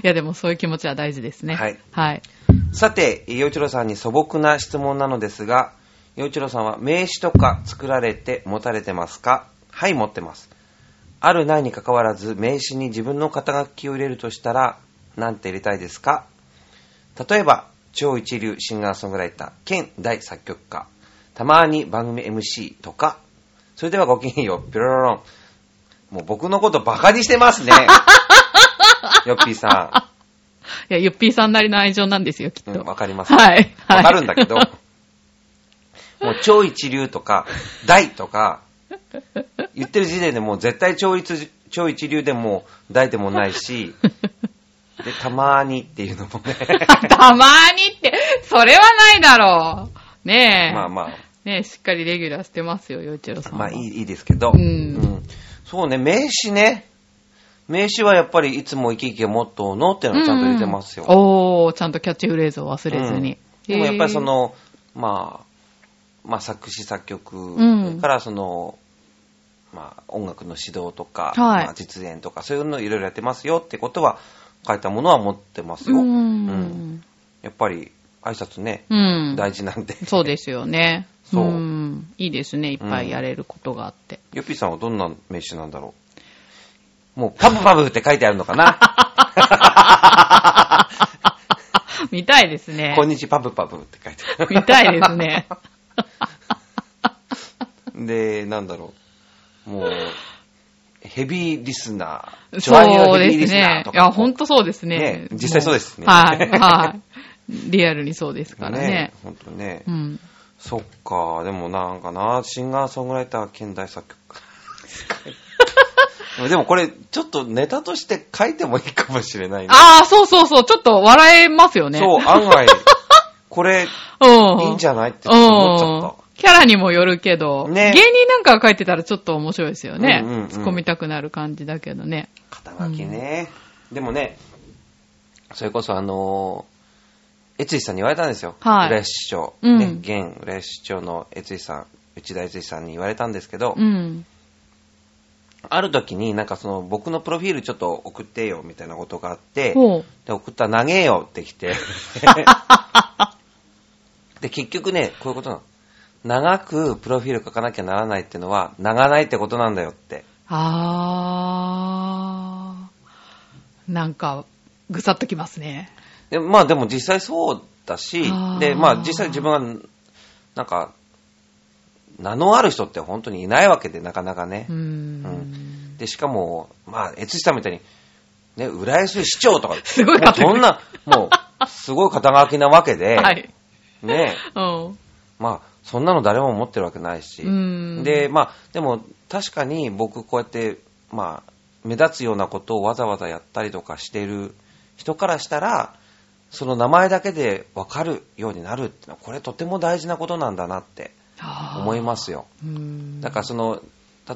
Speaker 2: や、でもそういう気持ちは大事ですね。
Speaker 1: はい。
Speaker 2: はい。
Speaker 1: さて、洋一郎さんに素朴な質問なのですが、洋一郎さんは名刺とか作られて持たれてますかはい、持ってます。あるないに関わらず、名刺に自分の肩書きを入れるとしたら、なんて入れたいですか例えば、超一流シンガーソングライター、兼大作曲家、たまに番組 MC とか、それではごきげんよう、ピロロロン。もう僕のことバカにしてますね。ヨッピーさ
Speaker 2: いや、ゆっぴーさんなりの愛情なんですよ、きっ
Speaker 1: ん。
Speaker 2: と。
Speaker 1: うん、わかります。
Speaker 2: はい。はい
Speaker 1: わかるんだけ
Speaker 2: (laughs)
Speaker 1: ど、も
Speaker 2: は
Speaker 1: う超一流とか、大とか、言ってる時点でもう絶対超一超一流でも大でもないし、で、たまーにっていうのもね、
Speaker 2: いたまにって、それはないだろう。 (laughs) ねえ。
Speaker 1: まあま
Speaker 2: ねえ、しっかりレギュラーしてますよ、よいちろさ
Speaker 1: あ、
Speaker 2: んは。
Speaker 1: まあいいいいですけど、
Speaker 2: うん
Speaker 1: そうね、名刺ね、名刺はやっぱりいつも生き生きがモットーのっていうのをちゃんと入れてますよ。
Speaker 2: うんうんおー、ちゃんとキャッチフレーズを忘れずに。
Speaker 1: でもやっぱりそ
Speaker 2: へ
Speaker 1: の、まあ、まあ作詞作曲、
Speaker 2: うん
Speaker 1: それからその、まあ音楽の指導とか、
Speaker 2: はい
Speaker 1: まあ実演とか、そういうのいろいろやってますよってことは、書いたものは持ってます
Speaker 2: ー、う
Speaker 1: よ。
Speaker 2: ー。
Speaker 1: うんやっぱり挨拶ね、
Speaker 2: うん。
Speaker 1: 大事なんで。 (laughs)
Speaker 2: そうですよね。。
Speaker 1: そうん
Speaker 2: いいですね。いっぱいやれることがあって。
Speaker 1: ヨッピーさんはどんな名刺なんだろうもうパブパブって書いてあるのかな
Speaker 2: (laughs) 見たいです (laughs) ね
Speaker 1: こ。んにちパブパブって書いてある。
Speaker 2: 見たいですね。
Speaker 1: (laughs) で、なんだろう。もう、ヘビーリスナー。
Speaker 2: そう
Speaker 1: ヘビー
Speaker 2: で
Speaker 1: リ
Speaker 2: す
Speaker 1: スナー
Speaker 2: ね
Speaker 1: と。
Speaker 2: い
Speaker 1: か
Speaker 2: や、ほんとそうですね
Speaker 1: ね。実際そうですね
Speaker 2: もはい。はい。リアルにそうですからね。
Speaker 1: ほんとね。
Speaker 2: うん。
Speaker 1: そっか、でもなんかな、シンガーソングライター兼大作曲
Speaker 2: (laughs)
Speaker 1: 家。でもこれ、ちょっとネタとして書いてもいいかもしれないね。
Speaker 2: ああ、そうそうそう。ちょっと笑えますよね。
Speaker 1: そう、案外、これ、
Speaker 2: うん。
Speaker 1: いいんじゃないって
Speaker 2: うん
Speaker 1: 思っちゃっ
Speaker 2: キャラにもよるけど、
Speaker 1: ね
Speaker 2: 芸人なんかが書いてたらちょっと面白いですよね。
Speaker 1: うんうんうん
Speaker 2: 突っ込みたくなる感じだけどね。
Speaker 1: た。肩書きね。でもね、それこそあのー、悦司さんに言われたんですよ。
Speaker 2: はい
Speaker 1: 浦安市長。
Speaker 2: うん
Speaker 1: ね、現浦安市長の悦司さん、内田悦司さんに言われたんですけど、
Speaker 2: うん。
Speaker 1: ある時になんかその僕のプロフィールちょっと送ってよみたいなことがあって、
Speaker 2: ほう。
Speaker 1: で、送ったら、投げよってき
Speaker 2: (laughs)
Speaker 1: て。で、結局ね、こういうことなの。長くプロフィール書かなきゃならないってのは、長ないってことなんだよって。
Speaker 2: あー。なんか、ぐさっときますね。
Speaker 1: でまあでも実際そうだし
Speaker 2: あー、
Speaker 1: で、まあ実際自分は、なんか、名のある人って本当にいないわけで、なかなかね
Speaker 2: うー。ん。
Speaker 1: うんで、しかも、まあ、悦司さんみたいに、ね、浦安市長とか、
Speaker 2: (laughs) すごい
Speaker 1: もう
Speaker 2: 肩書き
Speaker 1: そんな、もう、すごい肩書きなわけで、
Speaker 2: (laughs) はい。
Speaker 1: ねえ。
Speaker 2: うん。
Speaker 1: まあ、そんなの誰も持ってるわけないし。
Speaker 2: うん
Speaker 1: で、まあ、でも確かに僕こうやって、まあ、目立つようなことをわざわざやったりとかしてる人からしたら、その名前だけでわかるようになるってのは、これとても大事なことなんだなって思いますよ。
Speaker 2: す。うん。
Speaker 1: だからその、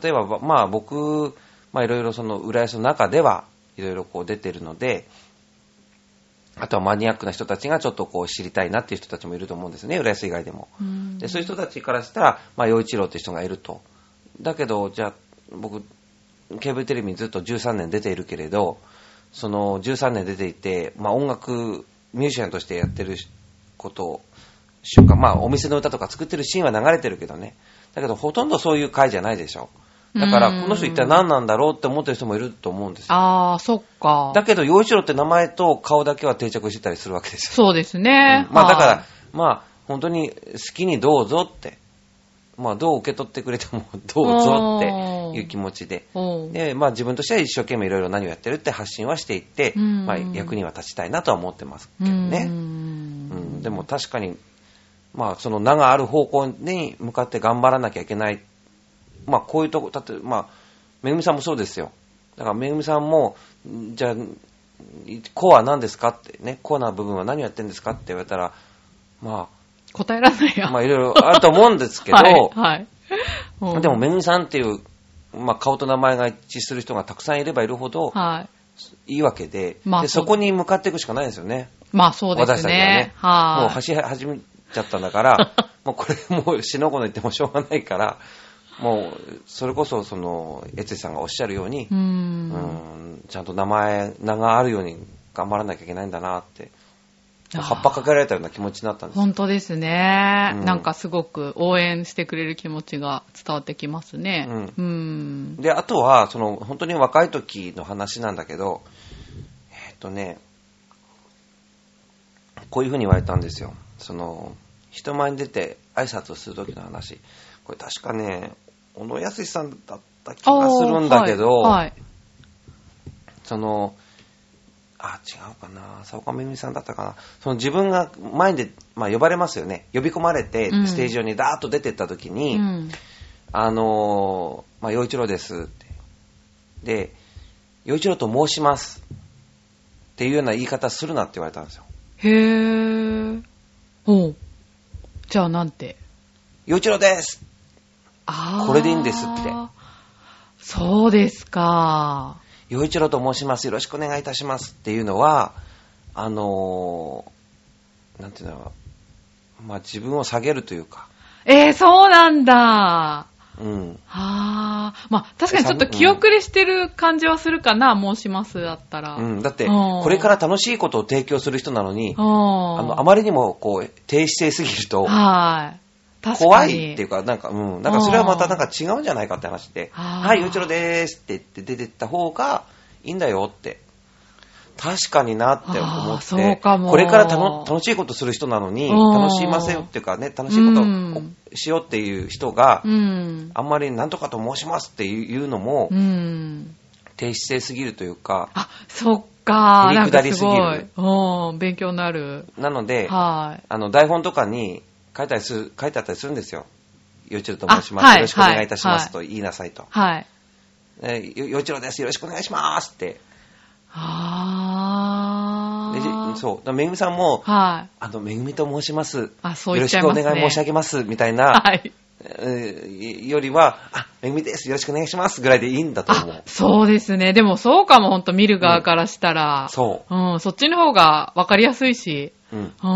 Speaker 1: 例えば、まあ僕、まあいろいろその浦安の中ではいろいろこう出てるので、あとはマニアックな人たちがちょっとこう知りたいなっていう人たちもいると思うんですね、浦安以外でも。
Speaker 2: うん
Speaker 1: でそういう人たちからしたら、まあ、陽一郎って人がいると。だけど、じゃあ、僕、ケーブルテレビにずっと13年出ているけれど、その13年出ていて、まあ、音楽、ミュージシャンとしてやってること、瞬間、まあ、お店の歌とか作ってるシーンは流れてるけどね。だけど、ほとんどそういう回じゃないでしょ。だか
Speaker 2: う
Speaker 1: ら、
Speaker 2: ん
Speaker 1: この人一体何なんだろうって思ってる人もいると思うんですよ。
Speaker 2: ああ、そっか。
Speaker 1: だけど、陽一郎って名前と顔だけは定着してたりするわけですよ。
Speaker 2: そうですね。
Speaker 1: まあだから
Speaker 2: は、
Speaker 1: まあ本当に好きにどうぞって、まあどう受け取ってくれてもどうぞっていう気持ちで、
Speaker 2: い。おう
Speaker 1: で、まあ自分としては一生懸命いろいろ何をやってるって発信はしていって、
Speaker 2: うん
Speaker 1: まあ役には立ちたいなとは思ってますけど
Speaker 2: う。
Speaker 1: ね。うんん、でも確かに、まあその名がある方向に向かって頑張らなきゃいけない。まあこういうとこ、だってまあ、めぐみさんもそうですよ。だからめぐみさんも、んじゃあ、コアは何ですかってね、コアな部分は何をやってんですかって言われたら、ま
Speaker 2: 答えられない
Speaker 1: あ、
Speaker 2: や。
Speaker 1: まあいろいろあると思うんですけど、
Speaker 2: (laughs) はい。はいおう
Speaker 1: でもめぐみさんっていう、まあ顔と名前が一致する人がたくさんいればいるほど
Speaker 2: はい。
Speaker 1: いいわけで、
Speaker 2: まあ
Speaker 1: で
Speaker 2: そう
Speaker 1: そこに向かっていくしかないですよね。
Speaker 2: まあそうで
Speaker 1: 私
Speaker 2: す
Speaker 1: たちはね
Speaker 2: ね。。はい。
Speaker 1: もう走り始めちゃったんだ
Speaker 2: (laughs)
Speaker 1: から、もうこれもう死の子の言ってもしょうがないから、もうそれこそその、エツさんがおっしゃるように、
Speaker 2: う。
Speaker 1: うんん、ちゃんと名前、名があるように頑張らなきゃいけないんだなって、
Speaker 2: あー
Speaker 1: 葉っぱかけられたような気持ちになったんですよ
Speaker 2: 本当ですね、
Speaker 1: うん
Speaker 2: なんかすごく応援してくれる気持ちが伝わってきますね。うん。
Speaker 1: で、あとは、その、本当に若い時の話なんだけど、えーっとね、こういう風に言われたんですよ。その、人前に出て挨拶をする時の話。これ確かね、小野康さんだった気がするんだけど、
Speaker 2: おーはい。はい
Speaker 1: その、あ、違うかな、佐岡めぐみさんだったかな。その自分が前で、まあ呼ばれますよね。呼び込まれて
Speaker 2: う、ん
Speaker 1: ステージ上にダーッと出てった時に、
Speaker 2: うん
Speaker 1: あのーまあ、洋一郎ですって。で、洋一郎と申します。っていうような言い方するなって言われたんですよ。
Speaker 2: へー。おうじゃあなんて。
Speaker 1: 洋一郎です
Speaker 2: あー
Speaker 1: これでいいんですって。
Speaker 2: そうですか。
Speaker 1: 洋一郎と申します。よろしくお願いいたします。っていうのは、あのーなんていうのまあ、自分を下げるというか、
Speaker 2: えー、そうなんだ。
Speaker 1: うん。
Speaker 2: あー。まあ、確かにちょっと気遅れしてる感じはするかな、申しますだったら。
Speaker 1: うん、だって、
Speaker 2: うん
Speaker 1: これから楽しいことを提供する人なのに、あの、あ
Speaker 2: の
Speaker 1: まりにも、こう、低姿勢すぎると、
Speaker 2: はい。確かに。
Speaker 1: 怖いっていうか、なんか、うん、なんかそれはまたなんか違うんじゃないかって話で、
Speaker 2: あー
Speaker 1: はい、よちろでーすって言って出てった方がいいんだよって。確かになって思
Speaker 2: あー
Speaker 1: っ
Speaker 2: そう
Speaker 1: て、
Speaker 2: かも
Speaker 1: これから楽楽しいことする人なのに、
Speaker 2: うん
Speaker 1: 楽しませよっていうかね、楽しいこと
Speaker 2: う
Speaker 1: を
Speaker 2: ん
Speaker 1: しようっていう人が
Speaker 2: う、ん。
Speaker 1: あんまりなんとかと申しますっていうのも
Speaker 2: う、ん。
Speaker 1: 低姿勢すぎるというか、
Speaker 2: あ、そっか。
Speaker 1: 振
Speaker 2: な
Speaker 1: り
Speaker 2: ん
Speaker 1: 下
Speaker 2: か
Speaker 1: り
Speaker 2: す
Speaker 1: すぎる
Speaker 2: ごい。うん、勉強になる。
Speaker 1: なので、
Speaker 2: はい。
Speaker 1: あの、台本とかに書いたりする、書いてあったりするんですよ。よちろと申しま
Speaker 2: あ
Speaker 1: す。
Speaker 2: はい
Speaker 1: よろしくお願いいたしま
Speaker 2: は
Speaker 1: す
Speaker 2: い
Speaker 1: と言いなさいと。
Speaker 2: はい。
Speaker 1: えーよ、よちろです。よろしくお願いしますって。
Speaker 2: あ
Speaker 1: でじ
Speaker 2: ー。
Speaker 1: そう。だからめぐみさんも、
Speaker 2: はい。
Speaker 1: あの、めぐみと申します。
Speaker 2: あそう言っちゃいますね
Speaker 1: よろしくお願い申し上げます。みたいな、
Speaker 2: はい。
Speaker 1: えーよりは、あ、めぐみです。よろしくお願いします。ぐらいでいいんだと思
Speaker 2: あ
Speaker 1: う、。
Speaker 2: そうですね。でもそうかも、ほんと、見る側からしたら。
Speaker 1: そ
Speaker 2: うん、そっちの方が分かりやすいし。
Speaker 1: う。うん。
Speaker 2: そう
Speaker 1: そうな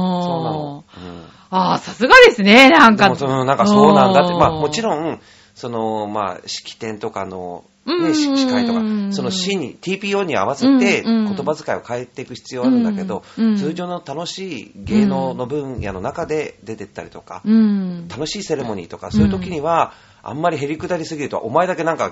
Speaker 1: の。うん
Speaker 2: ああ、さすがですね、なん
Speaker 1: で
Speaker 2: か。
Speaker 1: もそのなんかそうなんだって、まあもち
Speaker 2: ん。
Speaker 1: ろん、その、まあ、式典とかの、
Speaker 2: う
Speaker 1: ね、
Speaker 2: ん
Speaker 1: 司会とか、その詩に、TPO に合わせて
Speaker 2: うん
Speaker 1: 言葉遣いを変えていく必要あるんだけど、
Speaker 2: うん
Speaker 1: 通常の楽しい芸能の分野の中で出てったりとか、
Speaker 2: うん。
Speaker 1: 楽しいセレモニーとか、そういう時には、あんまりへりくだりすぎると、お前だけなんか、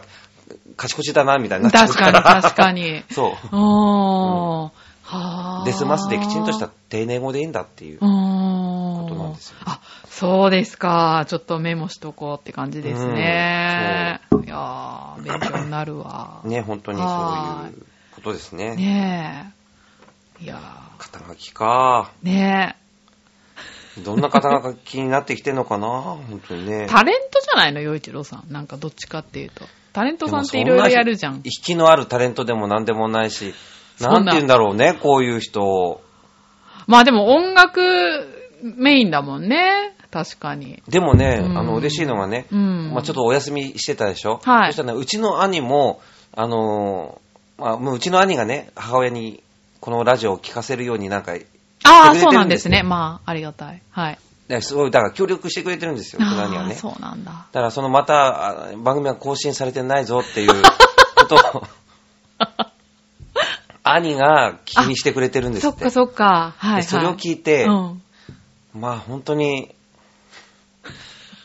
Speaker 1: 賢しだな、みたいになっちゃう
Speaker 2: 確
Speaker 1: か。。
Speaker 2: からに、確かに
Speaker 1: (laughs) そう
Speaker 2: ー。はあ。
Speaker 1: デスマスできちんとした丁寧語でいいんだっていう
Speaker 2: う。ーん
Speaker 1: ことなんですよ
Speaker 2: あ、そうですか。ちょっとメモしとこうって感じですね。いやー、勉強になるわ
Speaker 1: (laughs) 。ね、本当にそういうことですね。
Speaker 2: ねえ。いや
Speaker 1: 肩書きか。
Speaker 2: ー、ねえ。
Speaker 1: どんな方が気になってきてんのかな、本当にね。
Speaker 2: タレントじゃないの、洋一郎さん。なんかどっちかっていうと。タレントさんっていろいろやるじゃ
Speaker 1: でもそ
Speaker 2: ん
Speaker 1: な。引きのあるタレントでも何でもないし、
Speaker 2: そん
Speaker 1: な
Speaker 2: なん
Speaker 1: て言うんだろうね、こういう人。
Speaker 2: まあでも音楽メインだもんね。確かに。
Speaker 1: でもね、
Speaker 2: うん
Speaker 1: あの、嬉しいのがね、
Speaker 2: うん
Speaker 1: まあちょっとお休みしてたでしょ。
Speaker 2: は
Speaker 1: そ
Speaker 2: い
Speaker 1: したらね、うちの兄も、あのーまあもううちの兄がね、母親にこのラジオを聞かせるようになんか、
Speaker 2: ああ、
Speaker 1: してくれてるんですよ
Speaker 2: そうなんですね。まあ、ありがたい。はい。
Speaker 1: ねすごい、だから協力してくれてるんですよ、うちの兄は
Speaker 2: (laughs) ああ、
Speaker 1: ね。
Speaker 2: そうなんだ。
Speaker 1: だからそのまた、あ番組は更新されてないぞ
Speaker 2: (laughs)
Speaker 1: っていうことを、兄が気にしてくれてるんです
Speaker 2: そ
Speaker 1: っ。
Speaker 2: ってかそっか。はい、は
Speaker 1: で
Speaker 2: い。
Speaker 1: それを聞いて、
Speaker 2: うん。
Speaker 1: まあ本当に、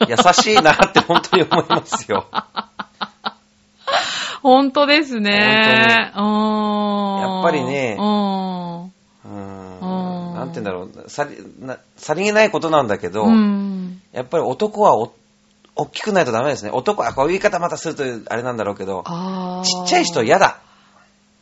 Speaker 1: 優しいなって本当に思いますよ。
Speaker 2: 本当ですね。うん。
Speaker 1: やっぱりね
Speaker 2: うん。
Speaker 1: うー
Speaker 2: うんん
Speaker 1: なんて言うんだろうさりな、さりげないことなんだけど、
Speaker 2: うん。
Speaker 1: やっぱり男はお、大きくないとダメですね。男は、こういう言い方またするとあれなんだろうけど、
Speaker 2: ああ。
Speaker 1: ちっちゃい人嫌だ。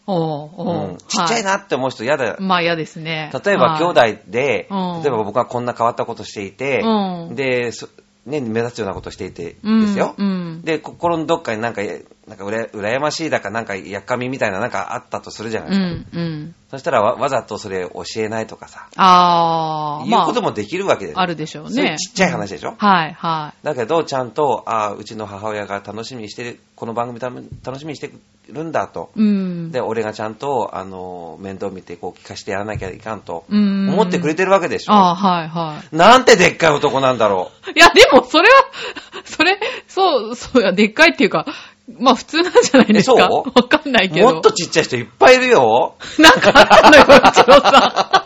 Speaker 2: おうおう
Speaker 1: うんちっちゃい
Speaker 2: は
Speaker 1: なって思う人嫌だ
Speaker 2: い。。まあ嫌ですね。
Speaker 1: 例えば兄弟
Speaker 2: はい
Speaker 1: で、
Speaker 2: うん
Speaker 1: 例えば僕はこんな変わったことしていて、
Speaker 2: うん
Speaker 1: で、そね、目立つようなことしていて、
Speaker 2: うん
Speaker 1: ですよ。
Speaker 2: うん。
Speaker 1: で、心のどっかになんか、えなんかうら羨ましいだか、なんかやっかみみたいななんかあったとするじゃないうですか。
Speaker 2: ん。うん。
Speaker 1: そしたらわわざとそれ教えないとかさ、
Speaker 2: ああ。
Speaker 1: 言うこと
Speaker 2: も
Speaker 1: もできるわけですよ
Speaker 2: あるでしょう
Speaker 1: それ
Speaker 2: ね。
Speaker 1: ちっちゃい話でしょ、
Speaker 2: はい、は
Speaker 1: だけど、ちゃんと、ああ、うちの母親が楽しみにしてる、この番組ため楽しみにしてるんだと。
Speaker 2: い。うん。
Speaker 1: で、俺がちゃんと、あの、面倒見て、こう、聞かしてやらなきゃいかんと、
Speaker 2: うん
Speaker 1: 思ってくれてるわけでし
Speaker 2: あ
Speaker 1: ょ。
Speaker 2: あ、はい、は
Speaker 1: なんてでっかい男なんだろ
Speaker 2: い。いや、でも、それは、 (laughs) それ、そう、そうや、でっかいっていうか、まあ普通なんじゃないですか。
Speaker 1: えそう。
Speaker 2: わかんないうけど。
Speaker 1: もっとちっちゃい人いっぱいいる
Speaker 2: (laughs)
Speaker 1: よ。
Speaker 2: なんかあったのよ、一郎さ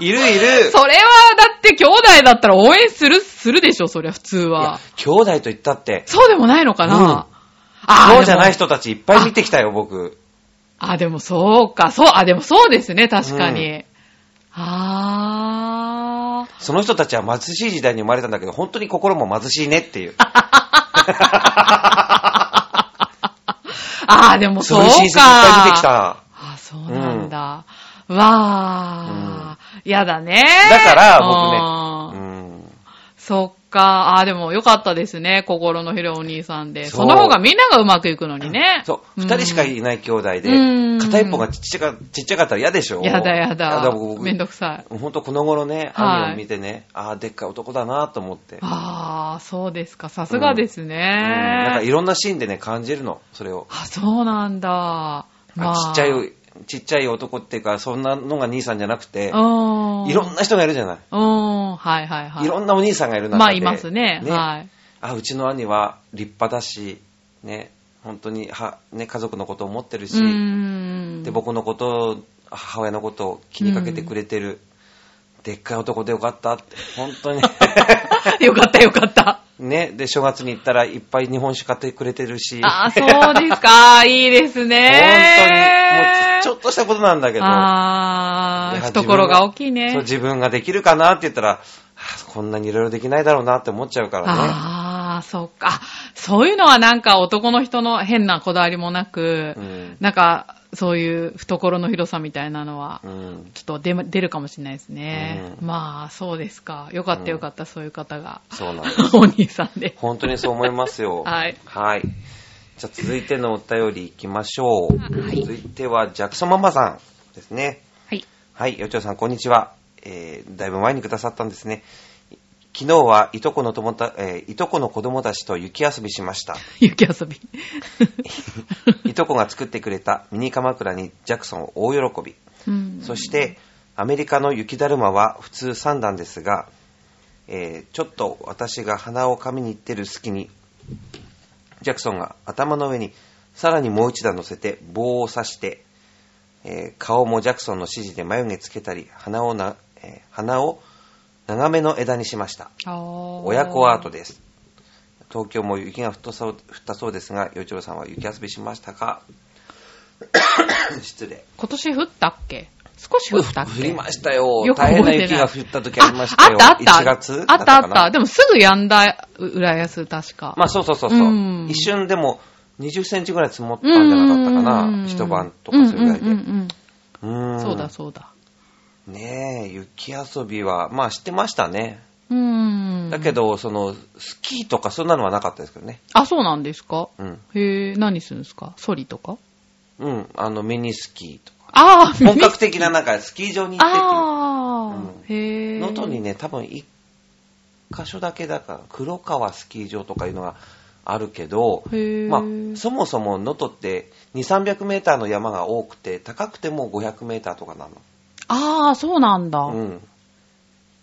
Speaker 1: (laughs) いるい
Speaker 2: ん。
Speaker 1: る。
Speaker 2: それは、だって兄弟だったら応援する、するでしょ、そりゃ、普通
Speaker 1: いや
Speaker 2: は。
Speaker 1: 兄弟と言ったって、
Speaker 2: そうでもないのか
Speaker 1: うん
Speaker 2: な、ああ、
Speaker 1: そうじゃない
Speaker 2: でも。
Speaker 1: 人たちいっぱい見てきたよ、僕。
Speaker 2: あ、でもそうか、そう、あ、でもそうですね、確かに。ああ。
Speaker 1: その人たちは貧しい時代に生まれたんだけど、本当に心も貧しいねっていう。
Speaker 2: ああ、でも
Speaker 1: そ
Speaker 2: そうう
Speaker 1: いう親戚いっ
Speaker 2: か。
Speaker 1: ぱい見てきた。
Speaker 2: あ、そうなんだ。わあ、やだね。
Speaker 1: だから、
Speaker 2: うん
Speaker 1: 僕ね、うん。
Speaker 2: そっか。あーでもよかったですね。心の広いお兄さんで。
Speaker 1: そ
Speaker 2: そうの方がみんながうまくいくのにね。
Speaker 1: そう、二人しかいない兄弟で、
Speaker 2: うん
Speaker 1: 片一方がちっちゃかちっちゃかったら嫌でしょ
Speaker 2: やだや
Speaker 1: や
Speaker 2: だ。
Speaker 1: 僕
Speaker 2: めんどくさい。
Speaker 1: ほんとこの頃ね、
Speaker 2: はい
Speaker 1: 兄を見てね、ああ、でっかい男だなと思って。うん
Speaker 2: ああ、そうですか。さすがです
Speaker 1: なんか
Speaker 2: ね。
Speaker 1: いろんなシーンでね、感じるの、それを。
Speaker 2: あ、そうなんだ。ま
Speaker 1: あちっちゃい、ちっちゃい男っていうか、そんなのが兄さんじゃなくて、
Speaker 2: うん。
Speaker 1: いろんな人がいるじゃない。
Speaker 2: うん。はいはいはい。
Speaker 1: いろんなお兄さんがいる中で。
Speaker 2: まあ、いますね。はい。
Speaker 1: あ、うちの兄は立派だし、ね、本当に、は、ね、家族のことを思ってる
Speaker 2: う
Speaker 1: し、
Speaker 2: ん。
Speaker 1: で、僕のことを、母親のことを気にかけてくれてる、でっかい男でよかったって、本当
Speaker 2: (laughs)
Speaker 1: に。
Speaker 2: (laughs) よかったよかった。
Speaker 1: ね、で、正月に行ったらいっぱい日本酒買ってくれてるし、
Speaker 2: ああ、そうです
Speaker 1: (laughs)
Speaker 2: か。いいで
Speaker 1: 本当に、
Speaker 2: す
Speaker 1: も
Speaker 2: ね
Speaker 1: う。ちょっとしたことなんだけど、
Speaker 2: あ
Speaker 1: い
Speaker 2: あ、
Speaker 1: や
Speaker 2: 懐が大きいね。
Speaker 1: そう自分ができるかなって言ったら、あこんなにいろいろできないだろうなって思っちゃうからね。
Speaker 2: ああ、そっか。あそういうのはなんか男の人の変なこだわりもなく、
Speaker 1: うん
Speaker 2: なんかそういう懐の広さみたいなのは、
Speaker 1: うん、
Speaker 2: ちょっと出ま出るかもしれないですね。
Speaker 1: う
Speaker 2: まあ、そうですか。よかったよかった、そういう方が。
Speaker 1: そうなんです。
Speaker 2: お兄さんで。
Speaker 1: 本当にそう思いますよ。
Speaker 2: (laughs) はい
Speaker 1: はい。じゃあ続いてのお便り行きましょう。
Speaker 2: はい
Speaker 1: 続いてはジャクソンママさんですね。
Speaker 2: はい。
Speaker 1: はい、よちょさんこんにちは。えー、だいぶ前にくださったんですね。昨日はいとこの友た、えーいとこの子供たちと雪遊びしました。
Speaker 2: 雪
Speaker 1: (laughs)
Speaker 2: 遊び。
Speaker 1: いとこが作ってくれたミニ鎌倉にジャクソン大喜び。
Speaker 2: うん
Speaker 1: そして、アメリカの雪だるまは普通3段ですが、えーちょっと私が鼻をかみに行ってる隙に、ジャクソンが頭の上にさらにもう一段乗せて棒を刺して、えー顔もジャクソンの指示で眉毛つけたり、鼻をな、えー鼻を長めの枝にしました。親
Speaker 2: 親
Speaker 1: 子アート。です。東京も雪が降ったそう降ったそうですが、洋一郎さんは雪遊びしましたか (coughs) 失礼。
Speaker 2: 今年降ったっけ少し降ったっけ
Speaker 1: 降りましたよ。
Speaker 2: よく覚
Speaker 1: 大
Speaker 2: え
Speaker 1: 変な
Speaker 2: てない
Speaker 1: 雪が降った時ありましたよ。
Speaker 2: ああったあった。
Speaker 1: 1月
Speaker 2: あったあ
Speaker 1: だ
Speaker 2: っ
Speaker 1: かな
Speaker 2: た。でもすぐ止んだ、う浦安、確か。
Speaker 1: まあそうそうそうそう、
Speaker 2: うん
Speaker 1: 一瞬でも20センチぐらい積もったんじゃなかったか
Speaker 2: うんうんう
Speaker 1: な。
Speaker 2: ん
Speaker 1: 一晩とかそれぐらいで。
Speaker 2: うんうんうん
Speaker 1: うん
Speaker 2: そうだそうだ。
Speaker 1: ねえ、雪遊びは、まあ知ってましたね。
Speaker 2: うん。
Speaker 1: だけ。ど、その、スキーとかそんなのはなかったですけどね。
Speaker 2: あ、そうなんですか
Speaker 1: うん。
Speaker 2: へえ、何するんですかソリとか
Speaker 1: うん、あの、ミニスキーとか。
Speaker 2: ああ、
Speaker 1: 本格的ななんか、スキー場に行ってっ
Speaker 2: ああ、へ
Speaker 1: てい
Speaker 2: え。
Speaker 1: う。能登にね、多分一箇所だけだから、黒川スキー場とかいうのがあるけど、
Speaker 2: へえ。
Speaker 1: まあ、そもそも能登って2、300メーターの山が多くて、高くても500メーターとかなの。
Speaker 2: ああ、そうなんだ。
Speaker 1: うん。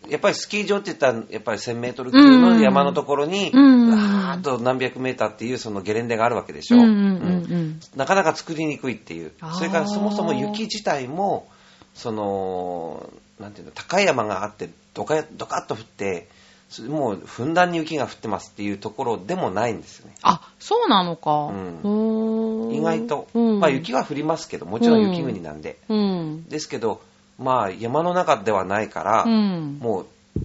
Speaker 1: やっぱりスキー場って言ったら、やっぱり1000メートル級の山のところに、
Speaker 2: うん
Speaker 1: わーっと何百メーターっていうそのゲレンデがあるわけでしょ。
Speaker 2: うんうんうんうん。
Speaker 1: なかなか作りにくいっていう
Speaker 2: あー。
Speaker 1: それからそもそも雪自体も、その、なんていうの、高い山があって、ドカドカッと降って、そもうふんだんに雪が降ってますっていうところでもないんですよね。
Speaker 2: あ、そうなのか。
Speaker 1: ん
Speaker 2: ほー
Speaker 1: 意外と。
Speaker 2: うん、
Speaker 1: まあ雪は降りますけど、もちろん雪国なんで。
Speaker 2: うん。
Speaker 1: ですけど、まあ山の中ではないから、
Speaker 2: うん。
Speaker 1: も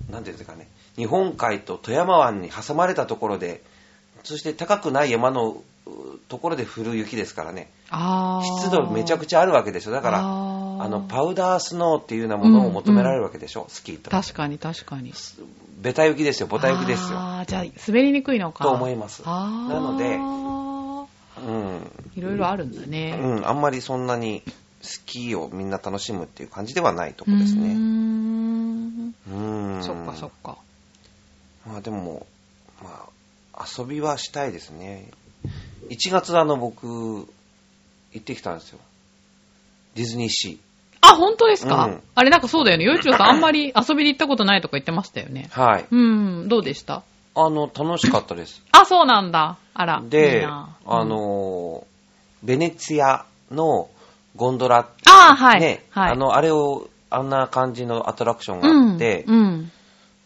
Speaker 1: う、なんていうんですかね、日本海と富山湾に挟まれたところで、そして高くない山のうところで降る雪ですからね、
Speaker 2: あー
Speaker 1: 湿度めちゃくちゃあるわけでしょ。だから、あ
Speaker 2: あー
Speaker 1: の、パウダースノーっていうようなものを求められるわけでしょ、スキーと。
Speaker 2: 確かに確かに。
Speaker 1: ベタ雪ですよ、ボタ雪ですよ。
Speaker 2: ああ、じゃあ、滑りにくいのか。
Speaker 1: と思います
Speaker 2: ああ。
Speaker 1: なので
Speaker 2: で、
Speaker 1: うん。
Speaker 2: いろいろあるんだね。
Speaker 1: うん、あんまりそんなにスキーをみんな楽しむっていう感じではないとこ
Speaker 2: う
Speaker 1: です
Speaker 2: ー
Speaker 1: ね。
Speaker 2: ん
Speaker 1: うん。
Speaker 2: そっかそっか。
Speaker 1: まあでも、まあ、遊びはしたいですね。1月あの僕、行ってきたんですよ。ディズニーシ
Speaker 2: あ、本当ですか、
Speaker 1: うん
Speaker 2: あれなんかそうだよね。よいちろさんあんまり遊びに行ったことないとか言ってましたよね。
Speaker 1: ー。はい。
Speaker 2: うん、どうでした
Speaker 1: あの、楽しかったです。
Speaker 2: あ、そうなんだ。あら。いい
Speaker 1: で、
Speaker 2: な
Speaker 1: あ、
Speaker 2: うん
Speaker 1: のー、ベネツィアのゴンドラ、
Speaker 2: あーはい。
Speaker 1: ね、
Speaker 2: はい。
Speaker 1: あの、あれを、あんな感じのアトラクションが
Speaker 2: うん、
Speaker 1: あって、
Speaker 2: うん。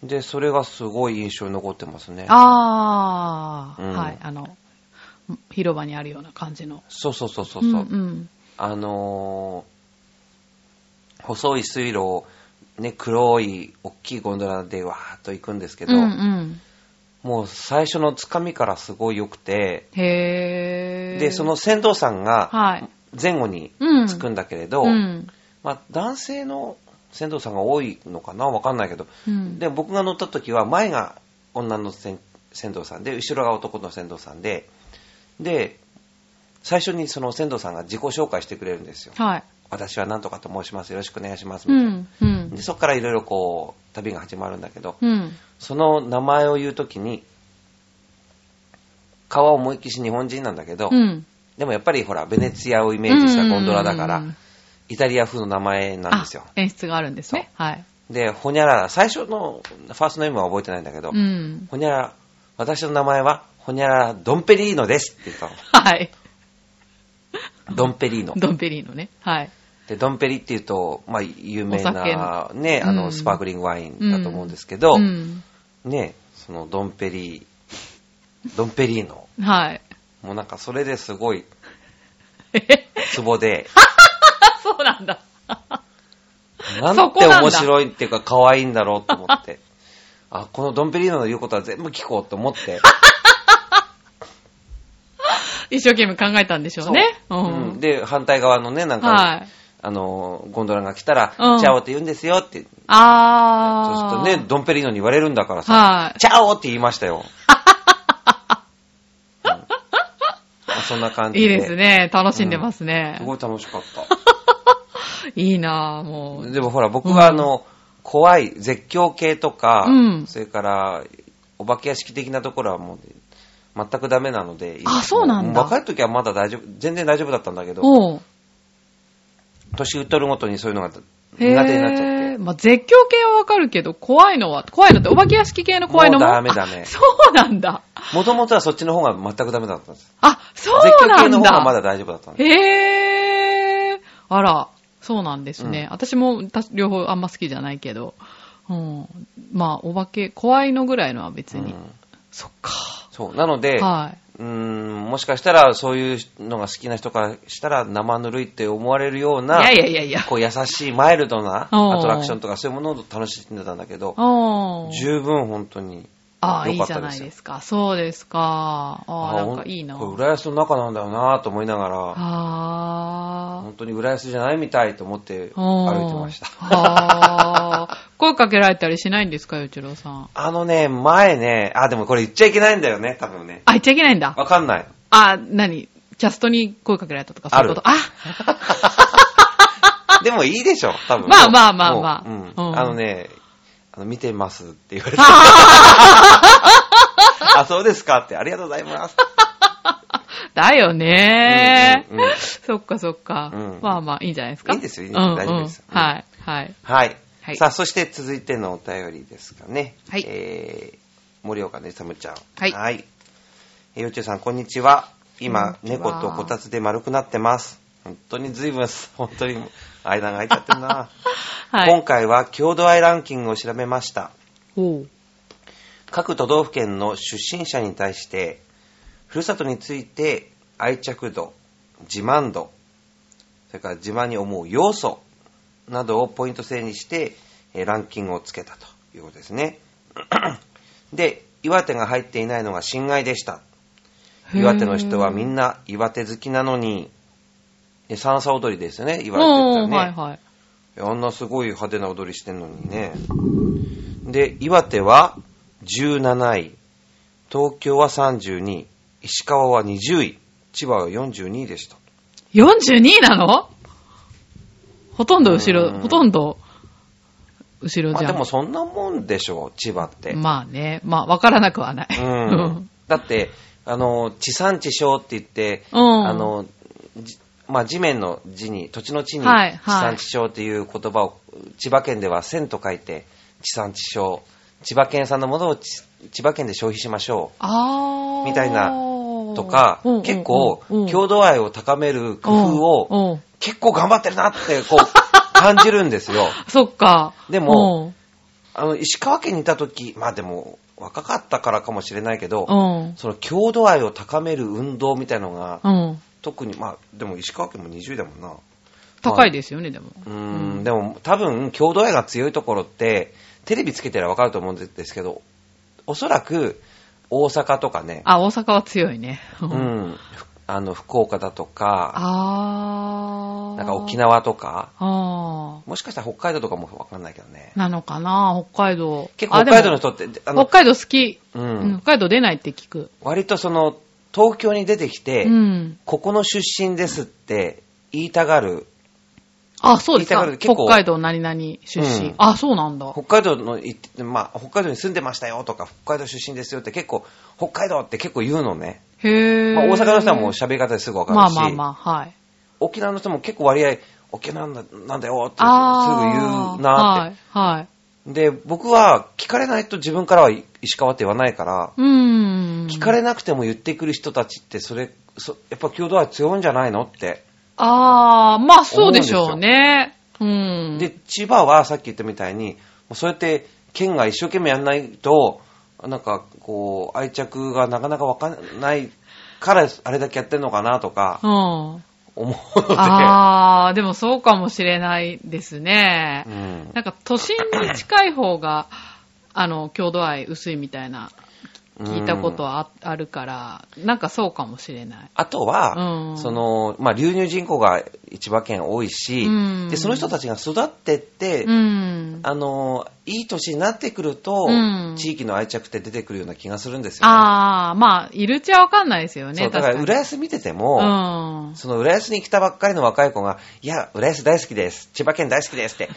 Speaker 1: で、それがすごい印象に残ってますね。
Speaker 2: ああ、
Speaker 1: うん
Speaker 2: はい。あの、広場にあるような感じの。
Speaker 1: そうそうそうそうそう。
Speaker 2: んうん。
Speaker 1: あのー細い水路を、ね、黒い大きいゴンドラでわーっと行くんですけど、
Speaker 2: うんうん。
Speaker 1: もう最初のつかみからすごい良くて、
Speaker 2: へえ。
Speaker 1: で、その船頭さんが
Speaker 2: はい。
Speaker 1: 前後に
Speaker 2: うん。
Speaker 1: つくんだけれ
Speaker 2: と
Speaker 1: ど、
Speaker 2: うん。
Speaker 1: まあ、男性の船頭さんが多いのかなわかんないけど、
Speaker 2: うん、
Speaker 1: で、僕が乗った時は前が女の船船頭さんで、後ろが男の船頭さんで、で、最初にその船頭さんが自己紹介してくれるんですよ。
Speaker 2: はい。
Speaker 1: 私は何とかと申します。よろしくお願いします。
Speaker 2: う
Speaker 1: みたいな。
Speaker 2: ん。うん
Speaker 1: で。そこからいろいろこう、旅が始まるんだけど、
Speaker 2: うん。
Speaker 1: その名前を言うときに、顔は思いっきし日本人なんだけど、
Speaker 2: うん。
Speaker 1: でもやっぱりほら、ベネツィアをイメージしたゴンドラだから、
Speaker 2: うん
Speaker 1: イタリア風の名前なんですよ
Speaker 2: あ。演出があるんですね。はい。
Speaker 1: で、ほにゃらら、最初のファーストネームは覚えてないんだけど、
Speaker 2: うん。
Speaker 1: ほにゃらら、私の名前は、ほにゃらら、ドンペリーノですって言った
Speaker 2: はい。
Speaker 1: の。ドンペリーノ。
Speaker 2: ドンペリーのね。はい。
Speaker 1: で、ドンペリっていうと、まあ、有名な
Speaker 2: お、
Speaker 1: ね、あ
Speaker 2: うん
Speaker 1: の、スパークリングワインだと思うんですけど、
Speaker 2: うん。
Speaker 1: ね、そのドンペリ、ドンペリーノ。
Speaker 2: はい。 (laughs)
Speaker 1: もうなんかそれですごい
Speaker 2: え
Speaker 1: ツボ
Speaker 2: (laughs)
Speaker 1: で、
Speaker 2: あ、そうなんだ。
Speaker 1: なんて面白いっていうか可愛いんだろうと思って、あ、このドンペリーノの言うことは全部聞こうと思
Speaker 2: (laughs)
Speaker 1: って、
Speaker 2: 一生懸命考えたんでしょうね。
Speaker 1: うんで、反対側のね、なんか、
Speaker 2: はい。
Speaker 1: あの、ゴンドラが来たら、
Speaker 2: うん
Speaker 1: チャオって言うんですよって、そうす
Speaker 2: あ
Speaker 1: ると
Speaker 2: ー。
Speaker 1: ね、ドンペリーノに言われるんだからさ、
Speaker 2: はい。
Speaker 1: チャオって言いましたよ。う
Speaker 2: (laughs)
Speaker 1: んまあそんな感じ
Speaker 2: い
Speaker 1: で。
Speaker 2: いですね。楽しんでますね。
Speaker 1: すごい楽しかった。
Speaker 2: いいなぁ、もう。
Speaker 1: でもほら、僕はあの、怖い絶叫系とか、
Speaker 2: うん
Speaker 1: それから、お化け屋敷的なところはもう、全くダメなので、
Speaker 2: あそうなんだ
Speaker 1: も若い時はまだ大丈夫、全然大丈夫だったんだけど、
Speaker 2: おう
Speaker 1: 年取るごとにそういうのが苦手
Speaker 2: へ
Speaker 1: に
Speaker 2: ー
Speaker 1: なっちゃって。
Speaker 2: まあ、絶叫系はわかるけど、怖いのは、怖いのってお化け屋敷系の怖いのも。
Speaker 1: もうダメだね
Speaker 2: あそうなんだ。
Speaker 1: もともとはそっちの方が全くダメだったんです。
Speaker 2: あ、そう
Speaker 1: 絶
Speaker 2: なんだ。
Speaker 1: 叫系の方がまだ大丈夫だったんです。
Speaker 2: へー。あら、そうなんです
Speaker 1: う
Speaker 2: ね。
Speaker 1: ん
Speaker 2: 私もた両方あんま好きじゃないけど。うん、まあ、お化け、怖いのぐらいのは別に。
Speaker 1: うん
Speaker 2: そっか。
Speaker 1: そう。なので、
Speaker 2: はい。
Speaker 1: うーん、もしかしたらそういうのが好きな人からしたら生ぬるいって思われるよう
Speaker 2: い
Speaker 1: な、
Speaker 2: やいやいやいや。
Speaker 1: こう優しいマイルドな
Speaker 2: おー
Speaker 1: アトラクションとかそういうものを楽しんでたんだけど、
Speaker 2: あー
Speaker 1: 十分本当に
Speaker 2: ああ、い
Speaker 1: 良か
Speaker 2: い
Speaker 1: っ
Speaker 2: じ
Speaker 1: た
Speaker 2: ゃ
Speaker 1: で
Speaker 2: ない
Speaker 1: すよ
Speaker 2: ですか。そうですか。ああ、なんかいいな。
Speaker 1: ほんこれ浦安の中なんだよなと思いながら、
Speaker 2: あ
Speaker 1: 本当に浦安じゃないみたいと思って
Speaker 2: あ。うん
Speaker 1: 歩いてました。
Speaker 2: ああ。声かけられたりしないんですか、よちろさん。
Speaker 1: (laughs) あのね、前ね、あ、でもこれ言っちゃいけないんだよね、多分ね。
Speaker 2: あ、言っちゃいけないんだ。
Speaker 1: わかんない。
Speaker 2: あ、なにキャストに声かけられたとか、そういうこと。あ
Speaker 1: でもいいでしょ、多分。
Speaker 2: まあまあまあまあ
Speaker 1: もう
Speaker 2: う
Speaker 1: うんん。あのね、あの見てますって言
Speaker 2: (laughs)
Speaker 1: われて、
Speaker 2: あ
Speaker 1: あ、そうですかって、ありがとうございます。
Speaker 2: だよね
Speaker 1: うんうんうん
Speaker 2: そっかそっか、
Speaker 1: うん
Speaker 2: まあまあ、いいんじゃないですか。
Speaker 1: いいですよいい
Speaker 2: うん
Speaker 1: ですよ大丈夫です
Speaker 2: うんはい。はい。
Speaker 1: はい。
Speaker 2: はい
Speaker 1: さあ、そして続いてのお便りですかね。
Speaker 2: はい
Speaker 1: えー、森岡のいさむちゃん。
Speaker 2: はい
Speaker 1: はい。えー、よちゅうさん、こんにちは。今、
Speaker 2: こんにち
Speaker 1: 猫
Speaker 2: は
Speaker 1: とこたつで丸くなってます。本当に随分、本当
Speaker 2: (laughs)
Speaker 1: に、間が空いちゃってるな。
Speaker 2: はい。
Speaker 1: 今回は、郷土愛ランキングを調べました。
Speaker 2: おう
Speaker 1: 各都道府県の出身者に対して、ふるさとについて愛着度、自慢度、それから自慢に思う要素などをポイント制にして、えーランキングをつけたということですね。 (clears throat) で、岩手が入っていないのが心外でした。岩手の人はみんな岩手好きなのに、で三叉踊りですよね、岩手って
Speaker 2: お
Speaker 1: 言
Speaker 2: う
Speaker 1: ったら
Speaker 2: はい
Speaker 1: ね。
Speaker 2: はい。
Speaker 1: あんなすごい派手な踊りしてんのにね。で、岩手は17位、東京は32位、石川は20位、千葉は42位でした。
Speaker 2: 42位なのほとんど後ろ、
Speaker 1: うん
Speaker 2: ほとんど後ろ
Speaker 1: ま
Speaker 2: じ
Speaker 1: あ
Speaker 2: ゃ
Speaker 1: で
Speaker 2: ん。
Speaker 1: もそんなもんでしょう、千葉って。
Speaker 2: まあね、まあわからなくはない。 (laughs)
Speaker 1: うん。だって、あの、地産地消って言って、
Speaker 2: うん
Speaker 1: あの、じまあ地面の地に、土地の地に、
Speaker 2: はいは
Speaker 1: 地
Speaker 2: い
Speaker 1: 産地消っていう言葉を、千葉県では線と書いて、地産地消。千葉県産のものをち千葉県で消費しましょう。
Speaker 2: あー
Speaker 1: みたいなとか、結構、郷土愛を高める工夫を、
Speaker 2: を、うん
Speaker 1: 結構頑張ってるなって、こ
Speaker 2: (laughs)
Speaker 1: う、感じるんですよ。
Speaker 2: そっか。
Speaker 1: でもあの、石川県にいた時、まあでも、若かったからかもしれないけ
Speaker 2: う
Speaker 1: ど、
Speaker 2: ん、うん、
Speaker 1: その郷土愛を高める運動みたいのが、
Speaker 2: うん。
Speaker 1: 特に、まあ、でも石川県も20だもんな。
Speaker 2: 高いですよね、でも。
Speaker 1: うーん、でも多分、郷土愛が強いところって、テレビつけてらわかると思うんですけど、おそらく、大阪とかね、
Speaker 2: あ、大阪は強いね。
Speaker 1: うん、ふあの、福岡だとか、
Speaker 2: あー。
Speaker 1: なんか沖。縄とか、
Speaker 2: あ
Speaker 1: もしかしたら北海道とかもわかんないけどね
Speaker 2: ー。。なのかな、北海道。
Speaker 1: 結構北海道の
Speaker 2: あで
Speaker 1: 人って、あ
Speaker 2: も
Speaker 1: の、
Speaker 2: 北海道好き。
Speaker 1: う
Speaker 2: うん
Speaker 1: ん、
Speaker 2: 北海道出ないって聞く。
Speaker 1: 割とその、東京に出てきて、
Speaker 2: うん。
Speaker 1: ここの出身ですって言いたがる、
Speaker 2: あ、そうですか。
Speaker 1: 言いたがる結
Speaker 2: 北
Speaker 1: 構
Speaker 2: 海道何々出身。
Speaker 1: うん
Speaker 2: あ、そうなんだ。
Speaker 1: 北海道のい、まあ、北海道に住んでましたよとか、北海道出身ですよって結構、北海道って結構言うのね。
Speaker 2: へー。
Speaker 1: まあ、大阪の人はもう喋り方ですぐわか
Speaker 2: まあ
Speaker 1: るし、
Speaker 2: まあまあ、はい。
Speaker 1: 沖縄の人も結構割合、沖縄なんだなんだよってすぐ
Speaker 2: あ
Speaker 1: 言
Speaker 2: ー
Speaker 1: うなっ
Speaker 2: はい、はい。
Speaker 1: て。で、僕は聞かれないと自分からは石川って言わないから、
Speaker 2: うーん。
Speaker 1: 聞かれなくても言ってくる人たちって、それ、そやっぱ郷土愛強いんじゃないのって。
Speaker 2: あー、まあそうでしょうね。うん。
Speaker 1: で、千葉はさっき言ったみたいに、もうそうやって県が一生懸命やんないと、なんかこう、愛着がなかなかわかんないから、あれだけやってんのかなとか
Speaker 2: うん。
Speaker 1: 思う (laughs) ので。
Speaker 2: あー、でもそうかもしれないですね
Speaker 1: う。ん、
Speaker 2: なんか都心に近い方が、あの、郷土愛薄いみたいな、聞いたこと
Speaker 1: うん
Speaker 2: はああるから、なんかそうかもしれない。
Speaker 1: あとは、
Speaker 2: うん
Speaker 1: その、まあ、流入人口が千葉県多いし、
Speaker 2: うん
Speaker 1: で、その人たちが育ってって、
Speaker 2: うん。
Speaker 1: あの、いい年になってくると、
Speaker 2: うん
Speaker 1: 地域の愛着って出てくるような気がするんですよね。
Speaker 2: ああ、まあ、いるっちゃわかんないですよね。
Speaker 1: そう、だから、
Speaker 2: 確
Speaker 1: 浦
Speaker 2: に
Speaker 1: 安見てても、
Speaker 2: うん。
Speaker 1: その浦安に来たばっかりの若い子が、いや、浦安大好きです。千葉県大好き
Speaker 2: (laughs)
Speaker 1: ですって、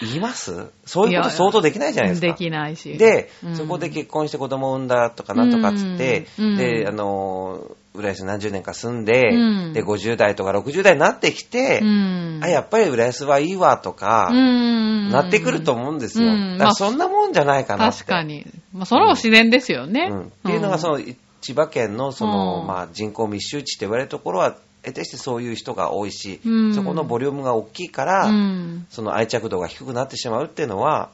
Speaker 1: 言いますそういうこと相当できないじゃないですか。
Speaker 2: できないし。
Speaker 1: で
Speaker 2: うん
Speaker 1: そこで結婚して子供を産んだとかなんとかっつって、
Speaker 2: うんう
Speaker 1: で、
Speaker 2: ん
Speaker 1: あのー、浦安に何十年か住んで、
Speaker 2: うん
Speaker 1: で、50代とか60代になってきて、
Speaker 2: うん。
Speaker 1: あ、やっぱり浦安はいいわとか、
Speaker 2: うん。
Speaker 1: なってくると思うんですよ。
Speaker 2: うん
Speaker 1: だか
Speaker 2: ま
Speaker 1: ら
Speaker 2: あ
Speaker 1: そんなもんじゃないかなって。
Speaker 2: 確かに。まあ、それは自然ですよね。
Speaker 1: うんっていうのがそのい千葉県のその、
Speaker 2: うん
Speaker 1: まあ、人口密集地って言われるところは得てしてそういう人が多いし、
Speaker 2: うん
Speaker 1: そこのボリュームが大きいか
Speaker 2: う
Speaker 1: ら、
Speaker 2: ん。
Speaker 1: その愛着度が低くなってしまうっていうのは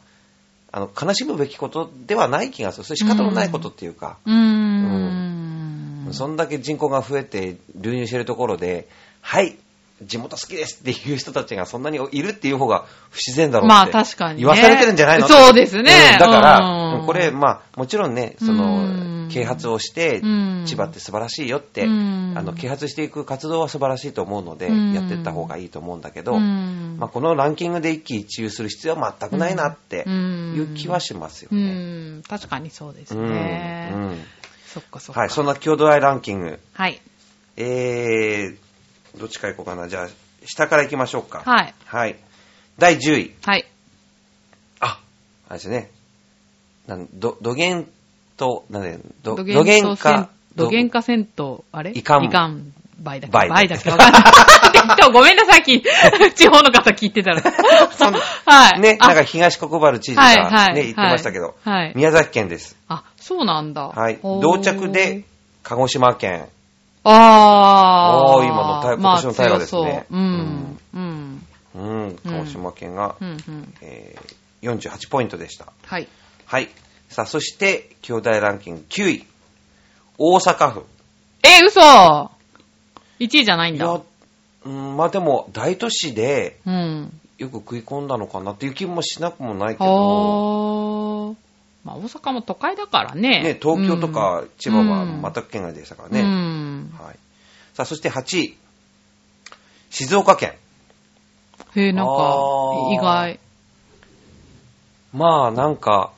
Speaker 1: あの悲しむべきことではない気がするそれ仕方のないことっていうか、
Speaker 2: うーん。
Speaker 1: そんだけ人口が増えて流入してるところではい地元好きですっていう人たちがそんなにいるっていう方が不自然だろうって。
Speaker 2: まあ確かに、ね。
Speaker 1: 言わされてるんじゃないの
Speaker 2: そうですね。
Speaker 1: うんだから、
Speaker 2: うん
Speaker 1: これ、まあ、もちろんね、そ
Speaker 2: うん
Speaker 1: の、啓発をして、
Speaker 2: うん
Speaker 1: 千葉って素晴らしいよって、
Speaker 2: うん
Speaker 1: あの、啓発していく活動は素晴らしいと思うので、
Speaker 2: うん
Speaker 1: やってった方がいいと思うんだけど、
Speaker 2: うん
Speaker 1: まあ、このランキングで一喜一憂する必要は全くないなっていう気はしますよ
Speaker 2: う
Speaker 1: ね。
Speaker 2: ん、確かにそうです
Speaker 1: うん。
Speaker 2: ね。
Speaker 1: うん
Speaker 2: そっかそっか。
Speaker 1: はい、そんな郷土愛ランキング。
Speaker 2: はい。
Speaker 1: えー、どっちから行こうかな。じゃあ、下から行きましょうか。い。
Speaker 2: はい。
Speaker 1: はい。第10位。
Speaker 2: はい。
Speaker 1: あ、あれですね。なんど、どげんと、なんで、ど、
Speaker 2: 土
Speaker 1: どげん
Speaker 2: 源
Speaker 1: か
Speaker 2: か、、土源か銭湯、あれ
Speaker 1: いかん
Speaker 2: いかん。倍だっけ
Speaker 1: 倍
Speaker 2: 倍だっけわかんない。 (laughs) 適当ごめんなさい、き地方の方聞いてたら。
Speaker 1: そん
Speaker 2: はい。
Speaker 1: ね、
Speaker 2: あ
Speaker 1: なんか東国原知事
Speaker 2: はい
Speaker 1: が
Speaker 2: はい
Speaker 1: ね、言ってましたけど、
Speaker 2: はい
Speaker 1: 宮崎県です。
Speaker 2: あ、そうなんだ。
Speaker 1: はい。
Speaker 2: おー
Speaker 1: 同着で、、鹿児島県。
Speaker 2: あ
Speaker 1: お
Speaker 2: ー。
Speaker 1: ー今のタイ今年のタイガーですね
Speaker 2: まあ強そううん。うん。
Speaker 1: うん、鹿児島県が、
Speaker 2: うん。うん。
Speaker 1: えー、48ポイントでした。
Speaker 2: はい。
Speaker 1: はい。さあ、そして、兄弟ランキング9位。大阪府。
Speaker 2: え、嘘 !1 位じゃないん
Speaker 1: い
Speaker 2: だ。
Speaker 1: や、うん、まあでも、大都市で
Speaker 2: うん。
Speaker 1: よく食い込んだのかなっていう気もしなくもないけど、
Speaker 2: おー。まあ大阪も都会だからね。
Speaker 1: ね、東京とか千葉は
Speaker 2: うん
Speaker 1: 全く県外でしたから
Speaker 2: う
Speaker 1: ね。
Speaker 2: ん。
Speaker 1: はい。さあ、そして8位。静岡県。
Speaker 2: へえ、なんか
Speaker 1: あ、ー
Speaker 2: 意外。
Speaker 1: まあ、なんか、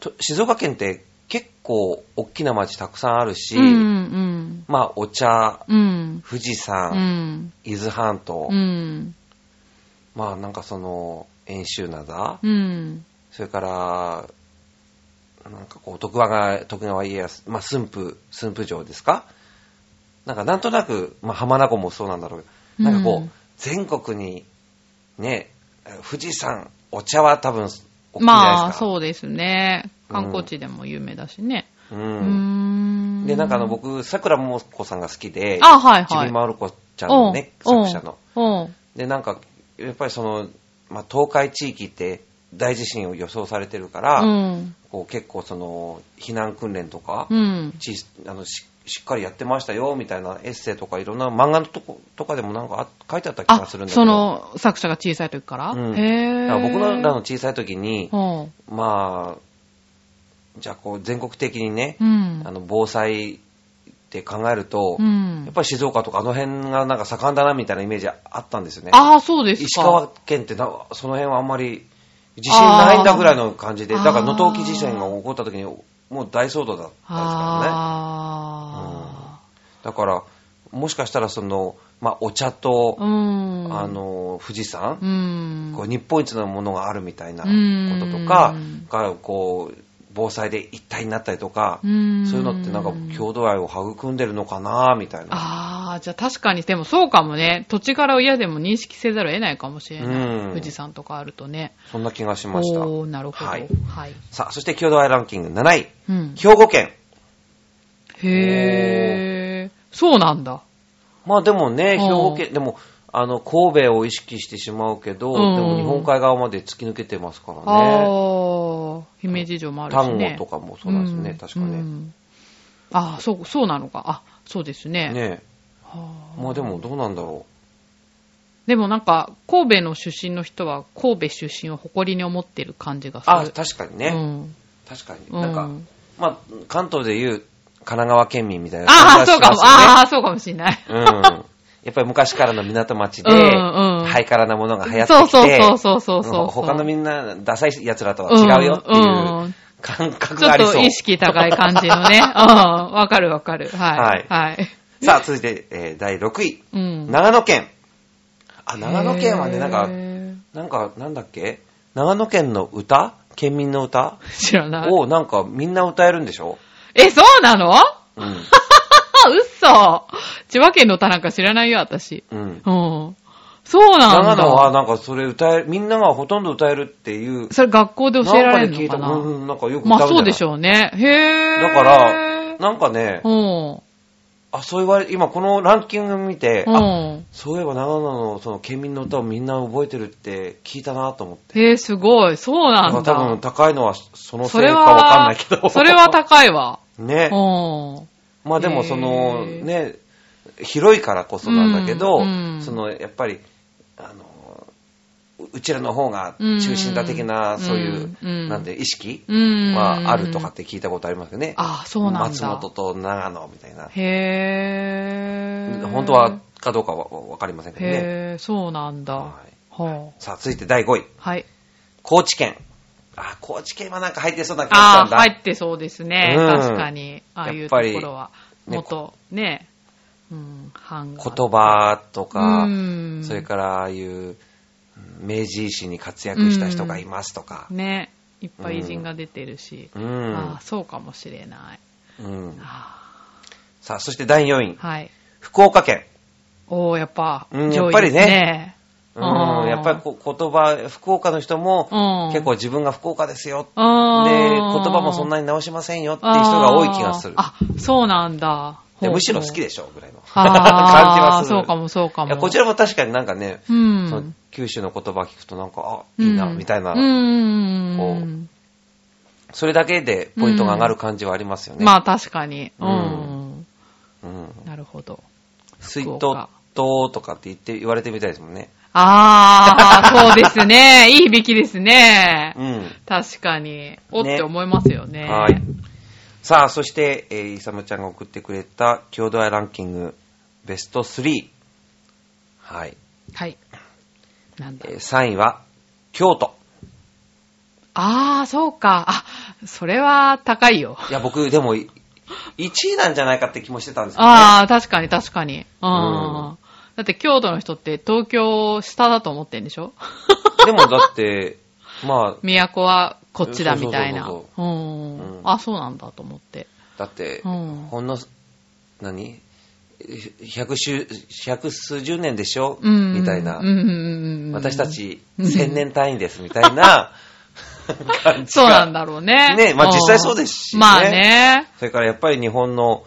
Speaker 1: と静岡県って結構大きな町たくさんあるし、
Speaker 2: うんうん
Speaker 1: まあ、お茶、
Speaker 2: うん。うん。
Speaker 1: 富士
Speaker 2: う
Speaker 1: 山、
Speaker 2: ん。
Speaker 1: 伊豆半島、
Speaker 2: うん。
Speaker 1: まあなんかその、遠州灘、
Speaker 2: うん。
Speaker 1: それから、なんかこう、徳川、徳川家康、まあ駿府、駿府城ですかなんかなんとなく、まあ浜名湖もそうなんだろうけど、なんかこう、
Speaker 2: うん
Speaker 1: 全国に、ね、富士山、お茶は多分、大きいじゃな
Speaker 2: ま
Speaker 1: い
Speaker 2: あ、
Speaker 1: ですか。
Speaker 2: そうですね。観光地でも有名だしね。
Speaker 1: う。
Speaker 2: うんん。
Speaker 1: で、なんかあの、僕、桜ももこさんが好きで、
Speaker 2: あ、はい
Speaker 1: ち
Speaker 2: はい。
Speaker 1: びまる子ちゃんのね、
Speaker 2: うん
Speaker 1: 作者の。。
Speaker 2: うん。
Speaker 1: で、なんか、やっぱりその、まあ、東海地域って大地震を予想されてるから、
Speaker 2: うん。
Speaker 1: こう結構その、避難訓練とか、
Speaker 2: うん。
Speaker 1: ちあのししっかりやってましたよ、みたいなエッセイとかいろんな漫画のとことかでもなんかあ書いてあった気が
Speaker 2: あ、
Speaker 1: するんだけど。
Speaker 2: その作者が小さい時から、
Speaker 1: うん
Speaker 2: へ
Speaker 1: だから
Speaker 2: ぇ
Speaker 1: 僕らの小さい時に、
Speaker 2: うん。
Speaker 1: まあ、じゃあこう全国的にね、
Speaker 2: うん。
Speaker 1: あの防災って考えると、
Speaker 2: うん
Speaker 1: やっぱり静岡とかあの辺がなんか盛んだなみたいなイメージあったんですよね。
Speaker 2: ああ、そうですか。
Speaker 1: 石川県ってなその辺はあんまり地震ないんだぐらいの感じで、
Speaker 2: あー
Speaker 1: だから能登沖地震が起こった時にもう大騒動だったですからね。
Speaker 2: あ
Speaker 1: だから、もしかしたらその、まあ、お茶と、
Speaker 2: あ。うん。
Speaker 1: あ、の、富士山、
Speaker 2: うん。
Speaker 1: こう日本一のものがあるみたいなこ
Speaker 2: うん
Speaker 1: ととか、がこう、防災で一体になったりとか、
Speaker 2: うん
Speaker 1: そういうのってなんか郷土愛を育んでるのかなみたいな。
Speaker 2: ああ、じゃあ確かに、でもそうかもね。土地柄を嫌でも認識せざるを得ないかもしれない。
Speaker 1: うん
Speaker 2: 富士山とかあるとね。
Speaker 1: そんな気がしました。
Speaker 2: おー、なるほど。
Speaker 1: は
Speaker 2: はいい。
Speaker 1: さあ、そして郷土愛ランキング7位、
Speaker 2: うん、
Speaker 1: 兵庫県。
Speaker 2: へー。そうなんだ。
Speaker 1: まあでもね、
Speaker 2: ん
Speaker 1: 兵庫県、でも、あの、神戸を意識してしまうけど、
Speaker 2: うん
Speaker 1: でも日本海側まで突き抜けてますから
Speaker 2: あ
Speaker 1: ね。
Speaker 2: ー。姫路城もあるし
Speaker 1: 丹
Speaker 2: ね
Speaker 1: 後。とかもそうなんですね、
Speaker 2: うん
Speaker 1: 確か
Speaker 2: う
Speaker 1: ね。
Speaker 2: んああ、そう、そうなのか。あ、そうですね。
Speaker 1: ね
Speaker 2: はー
Speaker 1: まあでもどうなんだろ
Speaker 2: でもなんか、神戸の出身の人は、神戸出身を誇りに思ってる感じが
Speaker 1: う。
Speaker 2: する。
Speaker 1: あ、確かにね。
Speaker 2: うん。
Speaker 1: 確かに。
Speaker 2: うん
Speaker 1: なんか、まあ、関東でいう神奈川県民みたいな
Speaker 2: ああ、
Speaker 1: 感じ
Speaker 2: そうか
Speaker 1: が
Speaker 2: も。
Speaker 1: し
Speaker 2: ああ、そうかもしれない。
Speaker 1: ますよね。うん。やっぱり昔からの港町で、
Speaker 2: うんうん
Speaker 1: ハイカラなものが流行って
Speaker 2: そう
Speaker 1: き
Speaker 2: そう
Speaker 1: て、
Speaker 2: そうそうそうそう。
Speaker 1: 他のみんな、ダサい奴らとは違うよってい
Speaker 2: ん
Speaker 1: ううん感覚
Speaker 2: ちょ
Speaker 1: があ
Speaker 2: っ
Speaker 1: りそう。
Speaker 2: と意識高い感じ
Speaker 1: (laughs)
Speaker 2: のね。うん。わかるわかる。はい。はい。
Speaker 1: さあ、続いて、えー第6位。
Speaker 2: うん。
Speaker 1: 長野県。あ、長野県はね、
Speaker 2: へー
Speaker 1: なんか、なんか、なんだっけ長野県の歌県民の歌
Speaker 2: 知らない。
Speaker 1: をなんかみんな歌えるんでしょ
Speaker 2: え、そうなのあ、 (laughs)
Speaker 1: うん。
Speaker 2: 嘘。千葉県の歌なんか知らないよ、私。
Speaker 1: うん。
Speaker 2: うん。そうな
Speaker 1: 長
Speaker 2: んだ。
Speaker 1: 野はなんかそれ歌える、みんながほとんど歌えるっていう。
Speaker 2: それ学校で教えら
Speaker 1: な
Speaker 2: れる
Speaker 1: んかで聞い
Speaker 2: の
Speaker 1: た
Speaker 2: かな
Speaker 1: うん、なんかよく歌うんじゃな
Speaker 2: ま
Speaker 1: い
Speaker 2: あそうでしょうね。へー。
Speaker 1: だから、なんかね
Speaker 2: う、ん。
Speaker 1: あ、そう言われ、今このランキング見て、
Speaker 2: う
Speaker 1: あ、
Speaker 2: ん。
Speaker 1: そういえば長野のその県民の歌をみんな覚えてるって聞いたなと思って。
Speaker 2: へー、すごい。そうなん
Speaker 1: 多分
Speaker 2: だ。
Speaker 1: 高いのはそのせ
Speaker 2: そ
Speaker 1: い
Speaker 2: れ
Speaker 1: か
Speaker 2: は、
Speaker 1: わかん (laughs) ないけど。
Speaker 2: それは高いわ。
Speaker 1: ね
Speaker 2: う。ん。
Speaker 1: まあでもその、
Speaker 2: へー
Speaker 1: ね、広いからこそなんだけど、
Speaker 2: うんうん
Speaker 1: そのやっぱりあのううちらの方が中心だ的な、
Speaker 2: うん
Speaker 1: そういう、
Speaker 2: うん
Speaker 1: なんで意識
Speaker 2: うん。
Speaker 1: はあるとかって聞いたことありますよね。
Speaker 2: あ、そうなんだ。
Speaker 1: 松本と長野みたいな。
Speaker 2: へー。
Speaker 1: 本当はかどうかはわかりませんけどね。
Speaker 2: へー、そうなんだ。
Speaker 1: は
Speaker 2: はいあは
Speaker 1: さあ、続いて第5位。
Speaker 2: い。
Speaker 1: 高知県。あ、高知県はなんか入ってそうな気がした
Speaker 2: あ
Speaker 1: ん
Speaker 2: あ、
Speaker 1: だ。
Speaker 2: 入ってそうですね。
Speaker 1: うん
Speaker 2: 確かに。ああいうところは。
Speaker 1: やっぱりね
Speaker 2: 元、ね。うん、版
Speaker 1: 言
Speaker 2: 画。
Speaker 1: 葉とか、
Speaker 2: うん
Speaker 1: それからああいううん明治維新に活躍した人がいますとか。
Speaker 2: ね。いっぱい偉人が出てるし。
Speaker 1: う
Speaker 2: あ
Speaker 1: ん
Speaker 2: あ、。そうかもしれない。
Speaker 1: うん
Speaker 2: あ
Speaker 1: さあ、そして第4位
Speaker 2: ー。はい。
Speaker 1: 福岡県。
Speaker 2: おおやっぱ、
Speaker 1: うん
Speaker 2: 上
Speaker 1: や
Speaker 2: 位
Speaker 1: っぱり
Speaker 2: です
Speaker 1: うん
Speaker 2: あー
Speaker 1: やっぱりこう言葉、福岡の人も
Speaker 2: うん
Speaker 1: 結構自分が福岡ですよ。
Speaker 2: あ
Speaker 1: で、
Speaker 2: ー
Speaker 1: 言葉もそんなに直しませんよっていう人が多い気がする。
Speaker 2: あーあ、そうなんだ。
Speaker 1: でむしろ好き
Speaker 2: で。
Speaker 1: でしょぐらいの (laughs) 感じ
Speaker 2: あ
Speaker 1: は
Speaker 2: あ、
Speaker 1: する。
Speaker 2: そうかもそうか
Speaker 1: い
Speaker 2: も。
Speaker 1: やこちらも確かになんかね、
Speaker 2: う
Speaker 1: そ
Speaker 2: ん
Speaker 1: の。九州の言葉聞くとなんか、あ、いいな、みたいな、
Speaker 2: うんうんうんうんうん。
Speaker 1: それだけでポイントが上がる感じはありますよね。
Speaker 2: まあ確かに。う
Speaker 1: うん
Speaker 2: ん。
Speaker 1: うん、
Speaker 2: なるほど。
Speaker 1: 水
Speaker 2: 福
Speaker 1: 筒
Speaker 2: 岡
Speaker 1: ととかって言って、言われてみたいですもんね。
Speaker 2: ああ、
Speaker 1: (laughs)
Speaker 2: そうですね。いい響きですね。
Speaker 1: うん。
Speaker 2: 確かに。おっ
Speaker 1: ね
Speaker 2: て思いますよね。
Speaker 1: はい。さあ、そして、えー、イサムちゃんが送ってくれた、郷土愛ランキング、ベスト3。はい。
Speaker 2: はい。なんだ
Speaker 1: えー、3位は、京都。
Speaker 2: ああ、そうか。あ、それは高いよ。
Speaker 1: いや、僕、でも、1位なんじゃないかって気もしてたんですけど、ね。
Speaker 2: ああ、確かに確かに。うん。
Speaker 1: うん
Speaker 2: だって京都の人って東京下だと思ってんでしょ (laughs)
Speaker 1: でも、だって、まあ、
Speaker 2: 都はこっちだみたいな。
Speaker 1: そうそう
Speaker 2: う
Speaker 1: うん
Speaker 2: ん。あ、そうなんだと思って。
Speaker 1: だって、
Speaker 2: うん
Speaker 1: ほんの、何百数、百数十年でしょ、
Speaker 2: うん。
Speaker 1: みたいな、
Speaker 2: うんうんうんうん。
Speaker 1: 私た。ち
Speaker 2: うん
Speaker 1: 千年単位ですみたいな (laughs) 感じ
Speaker 2: そうなん
Speaker 1: が。
Speaker 2: だろうね。
Speaker 1: ねまあ
Speaker 2: うん
Speaker 1: 実際そうですしね
Speaker 2: まあね。
Speaker 1: それからやっぱり日本の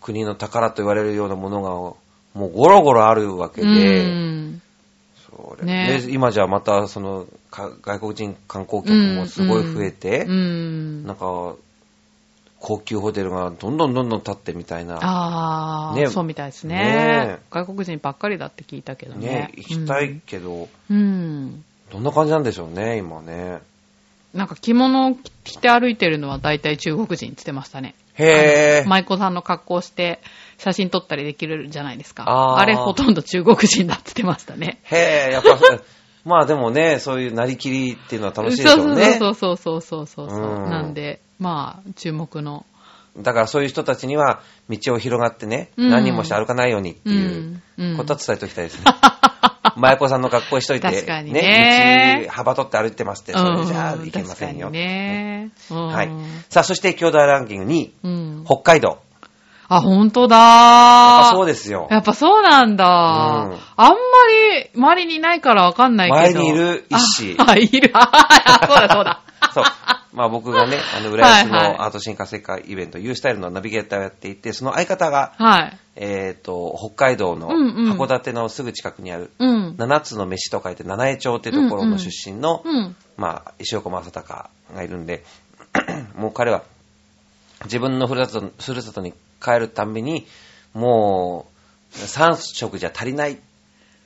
Speaker 1: 国の宝と言われるようなものが、もうゴロゴロあるわけ
Speaker 2: う
Speaker 1: で、
Speaker 2: ん。
Speaker 1: それ
Speaker 2: ね
Speaker 1: で今じゃまたそのか外国人観光客もすごい増えて、
Speaker 2: うん。
Speaker 1: なんか高級ホテルがどんどんどんどん建ってみたいな。
Speaker 2: ああ、
Speaker 1: ね
Speaker 2: そうみたいですね
Speaker 1: ね
Speaker 2: 外国人ばっかりだって聞いたけどね
Speaker 1: ね。、行きたいけど、
Speaker 2: うん。うん
Speaker 1: どんな感じなんでしょうね、今ね。
Speaker 2: なんか着物を着て歩いてるのは大体中国人って言ってましたね。
Speaker 1: へぇー。
Speaker 2: 舞妓さんの格好して写真撮ったりできるじゃないですか。
Speaker 1: あー
Speaker 2: あれほとんど中国人だって言ってましたね。
Speaker 1: へぇー、やっぱ、 (laughs) まあでもね、そういうなりきりっていうのは楽しいでしょうね。
Speaker 2: そうそうそうそうそうそうそう。
Speaker 1: うん
Speaker 2: なんで、まあ、注目の。
Speaker 1: だからそういう人たちには、道を広がってね、
Speaker 2: うん
Speaker 1: 何人もして歩かないようにっていう
Speaker 2: うんうん
Speaker 1: ことは伝えておきたい
Speaker 2: (laughs)
Speaker 1: ですね。麻也子さんの格好しといて、
Speaker 2: 確かにね
Speaker 1: 道幅取って歩いてますって、それじゃあいけませんよ。
Speaker 2: う確かにね。は
Speaker 1: はい。さあ、そして、兄弟ランキング2位、
Speaker 2: うん。
Speaker 1: 北海道。
Speaker 2: あ、本当だ
Speaker 1: やっぱそう
Speaker 2: で
Speaker 1: ですよ。
Speaker 2: やっぱそうなんだ。あんまり周りにいないからわかんないけ
Speaker 1: 周り
Speaker 2: ど。
Speaker 1: にいる石
Speaker 2: あ、あいる。 (laughs) あ、そうだそうだ。
Speaker 1: そう。まあ僕がね、あの、浦安
Speaker 2: はいはい
Speaker 1: のアート進化世界イベント、ユースタイルのナビゲーターをやっていて、その相方が、
Speaker 2: はい。
Speaker 1: えっ、と、北海道の
Speaker 2: うんうん
Speaker 1: 函館のすぐ近くにある、
Speaker 2: うん。
Speaker 1: 七つの飯と書いて七重町ってところの出身の、
Speaker 2: うん。
Speaker 1: まあ、石岡正隆がいるんで、 (clears throat) もう彼は、自分のふるさと、ふるさとに帰るたんびに、もう、3食じゃ足りない。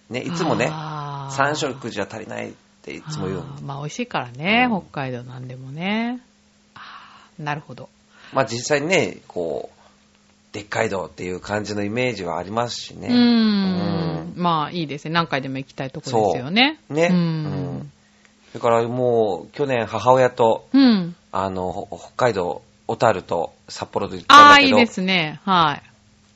Speaker 1: ね、いつもね、
Speaker 2: あー
Speaker 1: 3食じゃ足りないっていつも言うの
Speaker 2: あーまあ、美味しいからね、
Speaker 1: うん
Speaker 2: 北海道なんでもね。あーなるほど。
Speaker 1: まあ実際にね、こう、でっかい道っていう感じのイメージはありますしね。
Speaker 2: うーん。まあ、いいですね。何回でも行きたいとこですよね。
Speaker 1: そうね
Speaker 2: う
Speaker 1: うん
Speaker 2: ん。
Speaker 1: それからもう、去年母親と、
Speaker 2: うん。
Speaker 1: あの、ほ北海道、小樽と札幌と行ったん
Speaker 2: あ
Speaker 1: だ
Speaker 2: あ、
Speaker 1: け
Speaker 2: いい
Speaker 1: ど、
Speaker 2: ですね。は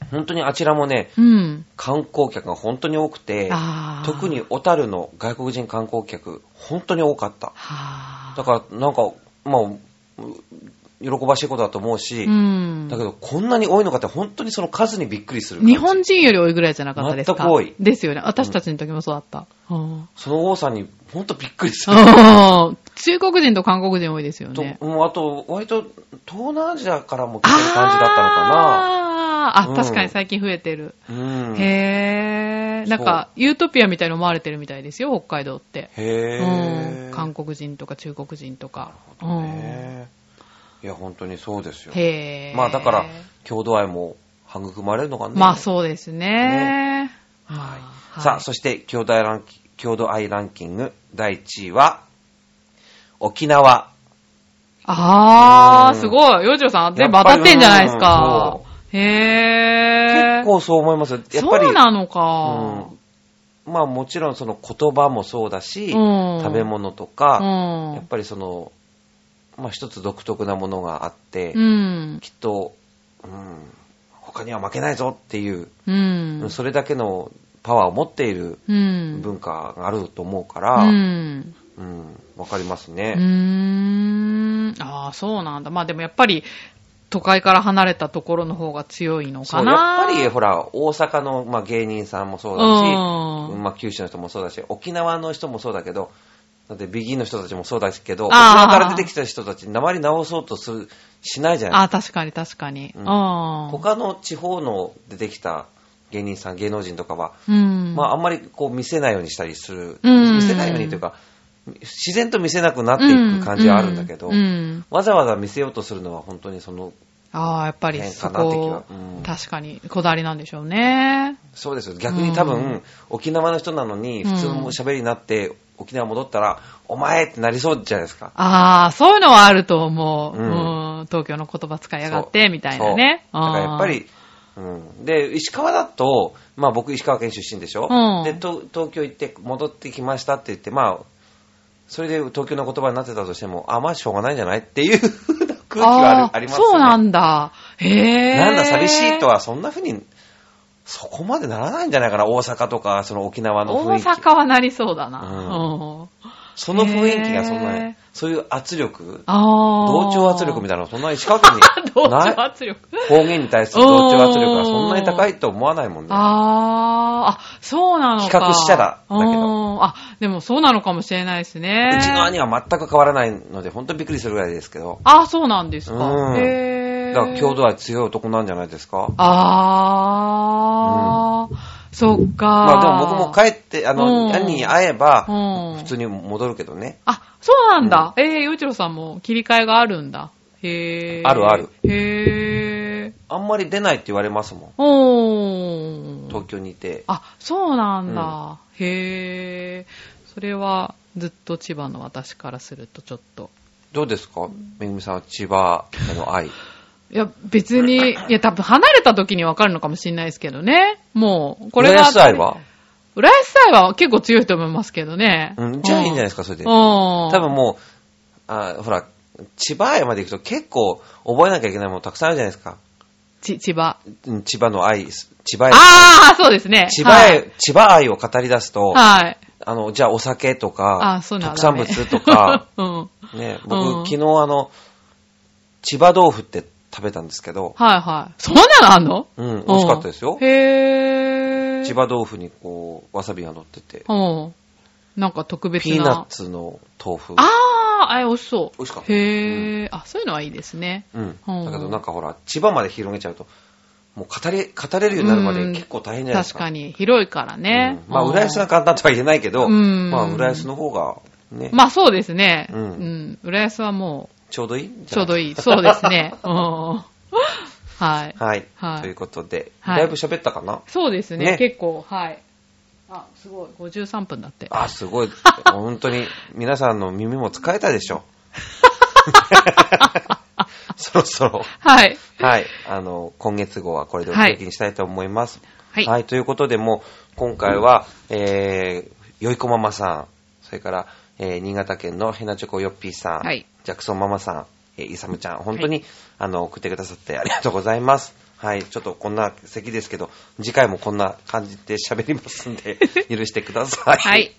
Speaker 2: い。
Speaker 1: 本当にあちらもね、
Speaker 2: うん。
Speaker 1: 観光客が本当に多くて、
Speaker 2: あー
Speaker 1: 特に小樽の外国人観光客、本当に多かった。
Speaker 2: はあ。
Speaker 1: だからなんか、まあ、う喜ばしいことだと思うし、
Speaker 2: うん
Speaker 1: だけどこんなに多いのかって本当にその数にびっくりする感じ
Speaker 2: 日本人より多いぐらいじゃなかったですか
Speaker 1: 全く多い
Speaker 2: ですよね。私たちの時もそうだった。うん
Speaker 1: その多さに本当びっくりする。
Speaker 2: 中国人と韓国人多いですよ
Speaker 1: と
Speaker 2: ね。
Speaker 1: もうあと、割と東南アジアからも来てる感じだったのか
Speaker 2: あーあ
Speaker 1: うん
Speaker 2: 確かに最近増えてる。
Speaker 1: な。うん、へ
Speaker 2: へえ。なんか、ユートピアみたいに思われてるみたいですよ、北海道って。う
Speaker 1: え
Speaker 2: ん。韓国人とか中国人とか。
Speaker 1: ねいや、本当にそうですよ
Speaker 2: うん。へえ。
Speaker 1: まあだから、郷土愛も育まれるのかな。
Speaker 2: まあそうですね。はい
Speaker 1: さあ、そして、郷土愛ランキ郷土愛ランキング第1位は、沖縄。
Speaker 2: あ
Speaker 1: う
Speaker 2: ー、
Speaker 1: ん
Speaker 2: すごい。洋次郎さん、全部当たってんじゃないですか。へー。
Speaker 1: 結構そう思いますよ。やっぱり
Speaker 2: そう、なのか。
Speaker 1: まあもちろんその言葉もそうだし、
Speaker 2: うん
Speaker 1: 食べ物と
Speaker 2: う
Speaker 1: か、
Speaker 2: ん。
Speaker 1: やっぱりその、まあ一つ独特なものがあって、
Speaker 2: うん。
Speaker 1: きっと、うん、他には負けないぞっていう、
Speaker 2: うん。
Speaker 1: それだけのパワーを持っている
Speaker 2: うん。
Speaker 1: 文化があると思うか
Speaker 2: う
Speaker 1: ら、
Speaker 2: ん。
Speaker 1: うん、わかります
Speaker 2: う
Speaker 1: ね。
Speaker 2: ーん。ああ、そうなんだ。まあでもやっぱり、都会から離れたところの方が強いの
Speaker 1: そ
Speaker 2: か
Speaker 1: う、
Speaker 2: な
Speaker 1: や。っぱりほら、大阪の、まあ、芸人さんもそうだし、
Speaker 2: うん
Speaker 1: まあ、九州の人もそうだし、沖縄の人もそうだけど、だってビギンの人たちもそうだけど、沖
Speaker 2: あー
Speaker 1: 縄から出てきた人たち、鉛直そうとする、しないじゃ
Speaker 2: あ
Speaker 1: ない
Speaker 2: あ、確かに確かに。
Speaker 1: う
Speaker 2: うんん。
Speaker 1: 他の地方の出てきた芸人さん、芸能人とかは、
Speaker 2: うん。
Speaker 1: まあ、あんまりこう見せないようにしたりする、
Speaker 2: うん
Speaker 1: 見せないようにというか、自然と見せなくなっていく感じはあるんだけど、
Speaker 2: うんうん
Speaker 1: わざわざ見せようとするのは本当にその、
Speaker 2: ああ、やっぱり
Speaker 1: 変
Speaker 2: そ
Speaker 1: かなって気は
Speaker 2: こ、
Speaker 1: うん
Speaker 2: 確かにこだわりなんでしょうね。
Speaker 1: そうですよ逆に多分、
Speaker 2: うん
Speaker 1: 沖縄の人なのに
Speaker 2: うん
Speaker 1: 普通の喋りになって、沖縄戻ったら「お前!」ってなりそうじゃないですか
Speaker 2: ああ、そういうのはあると思う。
Speaker 1: う
Speaker 2: うんん、東京の言葉使いやがっ
Speaker 1: そ
Speaker 2: て、
Speaker 1: う
Speaker 2: みたいなね。
Speaker 1: そうだからやっぱ
Speaker 2: あー
Speaker 1: り、うん、で石川だと、まあ、僕石川県出身でしょ、
Speaker 2: うん
Speaker 1: でと東京行って戻ってきましたって言ってまあそれで東京の言葉になってたとしてもあまあしょうがないんじゃないっていう空気があ
Speaker 2: あ
Speaker 1: る
Speaker 2: ー
Speaker 1: ありますよね
Speaker 2: そうなんだ。へえ。
Speaker 1: なんだ寂しいとはそんな風にそこまでならないんじゃないかな大阪とかその沖縄の雰
Speaker 2: 大
Speaker 1: 囲気
Speaker 2: 阪はなりそうだな。
Speaker 1: う
Speaker 2: うん。
Speaker 1: その雰囲気がそんな
Speaker 2: へ
Speaker 1: に
Speaker 2: ー
Speaker 1: そういう圧力
Speaker 2: ああ。
Speaker 1: 同調圧力みた
Speaker 2: た
Speaker 1: いなのそんなに石川
Speaker 2: (laughs)
Speaker 1: 県
Speaker 2: 同
Speaker 1: に
Speaker 2: 調
Speaker 1: ない
Speaker 2: 圧力。
Speaker 1: 方言に対する同調圧力がそんなに高いと思わないもんね。
Speaker 2: ああ、あ、そうなのか。
Speaker 1: 比較したらだけど
Speaker 2: うんあ、でもそうなのかもしれないですね。
Speaker 1: うちの兄は全く変わらないので、本当にびっくりするぐらいですけど、
Speaker 2: ああ、そうなんです
Speaker 1: うん
Speaker 2: か。へえ。
Speaker 1: だから郷土愛強い男なんじゃないですか。
Speaker 2: ああ、そっか。
Speaker 1: まあでも僕も帰って、あの、
Speaker 2: うん
Speaker 1: 兄に会えば、
Speaker 2: うん、
Speaker 1: 普通に戻るけどね。
Speaker 2: あ、そうなんだ。ええー、洋一郎さんも切り替えがあるんだ。へえ。
Speaker 1: あるある。
Speaker 2: へえ。
Speaker 1: あんまり出ないって言われますもん。
Speaker 2: おー。
Speaker 1: 東京にいて。
Speaker 2: あ、そうなんだ。へえ。それは、ずっと千葉の私からするとちょっと。
Speaker 1: どうですかめぐみさんは千葉への愛。
Speaker 2: いや、別に、いや、多分離れた時にわかるのかもしれないですけどね。も (laughs) う、これが。
Speaker 1: 安愛は
Speaker 2: 浦安愛は結構強いと思いますけどね。
Speaker 1: うん、じゃあいいんじゃない
Speaker 2: い
Speaker 1: ですか、それで。
Speaker 2: 多
Speaker 1: 多分もう、あほら、千葉愛まで行くと結構覚えなきゃいけないものたくさんあるじゃないですか。
Speaker 2: ち、千葉。
Speaker 1: うん千葉の愛、千葉愛、
Speaker 2: ああ、そうですね。
Speaker 1: 千葉愛、千葉愛を語り出すと、
Speaker 2: はい。はい。
Speaker 1: あの、じゃあお酒とか、
Speaker 2: あそうなん
Speaker 1: 特
Speaker 2: だ。
Speaker 1: 産物と
Speaker 2: (laughs)
Speaker 1: か、。
Speaker 2: うん。
Speaker 1: ね、
Speaker 2: う
Speaker 1: 僕
Speaker 2: ん
Speaker 1: 昨日あの、千葉豆腐って食べたんですけど、
Speaker 2: はいはい。そんなのあんの
Speaker 1: うん、美味しかったですよ
Speaker 2: うん。へー。
Speaker 1: 千。葉豆腐にこう、わさびが乗ってて、
Speaker 2: うん。なんか特別な。
Speaker 1: ピーナッツの豆腐。
Speaker 2: ああ、あれ美味しそう。
Speaker 1: 美味しかった
Speaker 2: へー。あ、そういうのはいいですね。
Speaker 1: うん。
Speaker 2: うん
Speaker 1: だけどなんかほら、千葉まで広げちゃうと、もう語れ、語れるようになるまで
Speaker 2: うん
Speaker 1: 結構大変じゃないです
Speaker 2: 確
Speaker 1: か。
Speaker 2: かに。広いからね。
Speaker 1: うんまあ、浦安が簡単とは言えないけど、
Speaker 2: うん
Speaker 1: まあ、浦安の方が、ね、
Speaker 2: まあそうですね。
Speaker 1: う
Speaker 2: うんん。浦安はも
Speaker 1: ちょうどいいん
Speaker 2: う、
Speaker 1: じ
Speaker 2: ちょ
Speaker 1: ゃな
Speaker 2: うど
Speaker 1: い
Speaker 2: いい。そうです
Speaker 1: (laughs)
Speaker 2: ね。うん。はい。
Speaker 1: はい。
Speaker 2: はい
Speaker 1: ということで、
Speaker 2: はい
Speaker 1: だいぶ喋ったかな
Speaker 2: そうですね。
Speaker 1: ね
Speaker 2: 結構、はい。あ、すごい。53分だって。
Speaker 1: あ、すごい。本当に、皆さんの耳も疲れたで
Speaker 2: (laughs)
Speaker 1: しょ。 (laughs) そろそろ。
Speaker 2: はい。
Speaker 1: はい。あの、今月号はこれでお開きにしたいと思います。
Speaker 2: はい。
Speaker 1: ということで、もう、今回は、えー、よいこママさん、それから、えー、新潟県のヘナチョコヨッピーさん、
Speaker 2: はい
Speaker 1: ジャクソンママさん、えー、イサムちゃん、本当に、あの、送ってくださってありがとうございます。はい。ちょっとこんな席ですけど、次回もこんな感じで喋りますん
Speaker 2: (laughs)
Speaker 1: で、許してください。
Speaker 2: はい。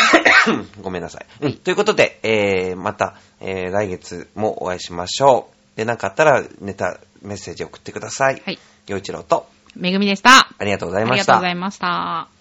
Speaker 1: (coughs) ごめんなさい。うん。ということで、えー、また、えー、来月もお会いしましょう。で、なんかあったら、ネタ、メッセージ送ってください。
Speaker 2: はい。
Speaker 1: 陽一郎と、
Speaker 2: めぐみでした。
Speaker 1: ありがとうござ
Speaker 2: あ
Speaker 1: いま
Speaker 2: り
Speaker 1: し
Speaker 2: が
Speaker 1: た
Speaker 2: とうござ。いました。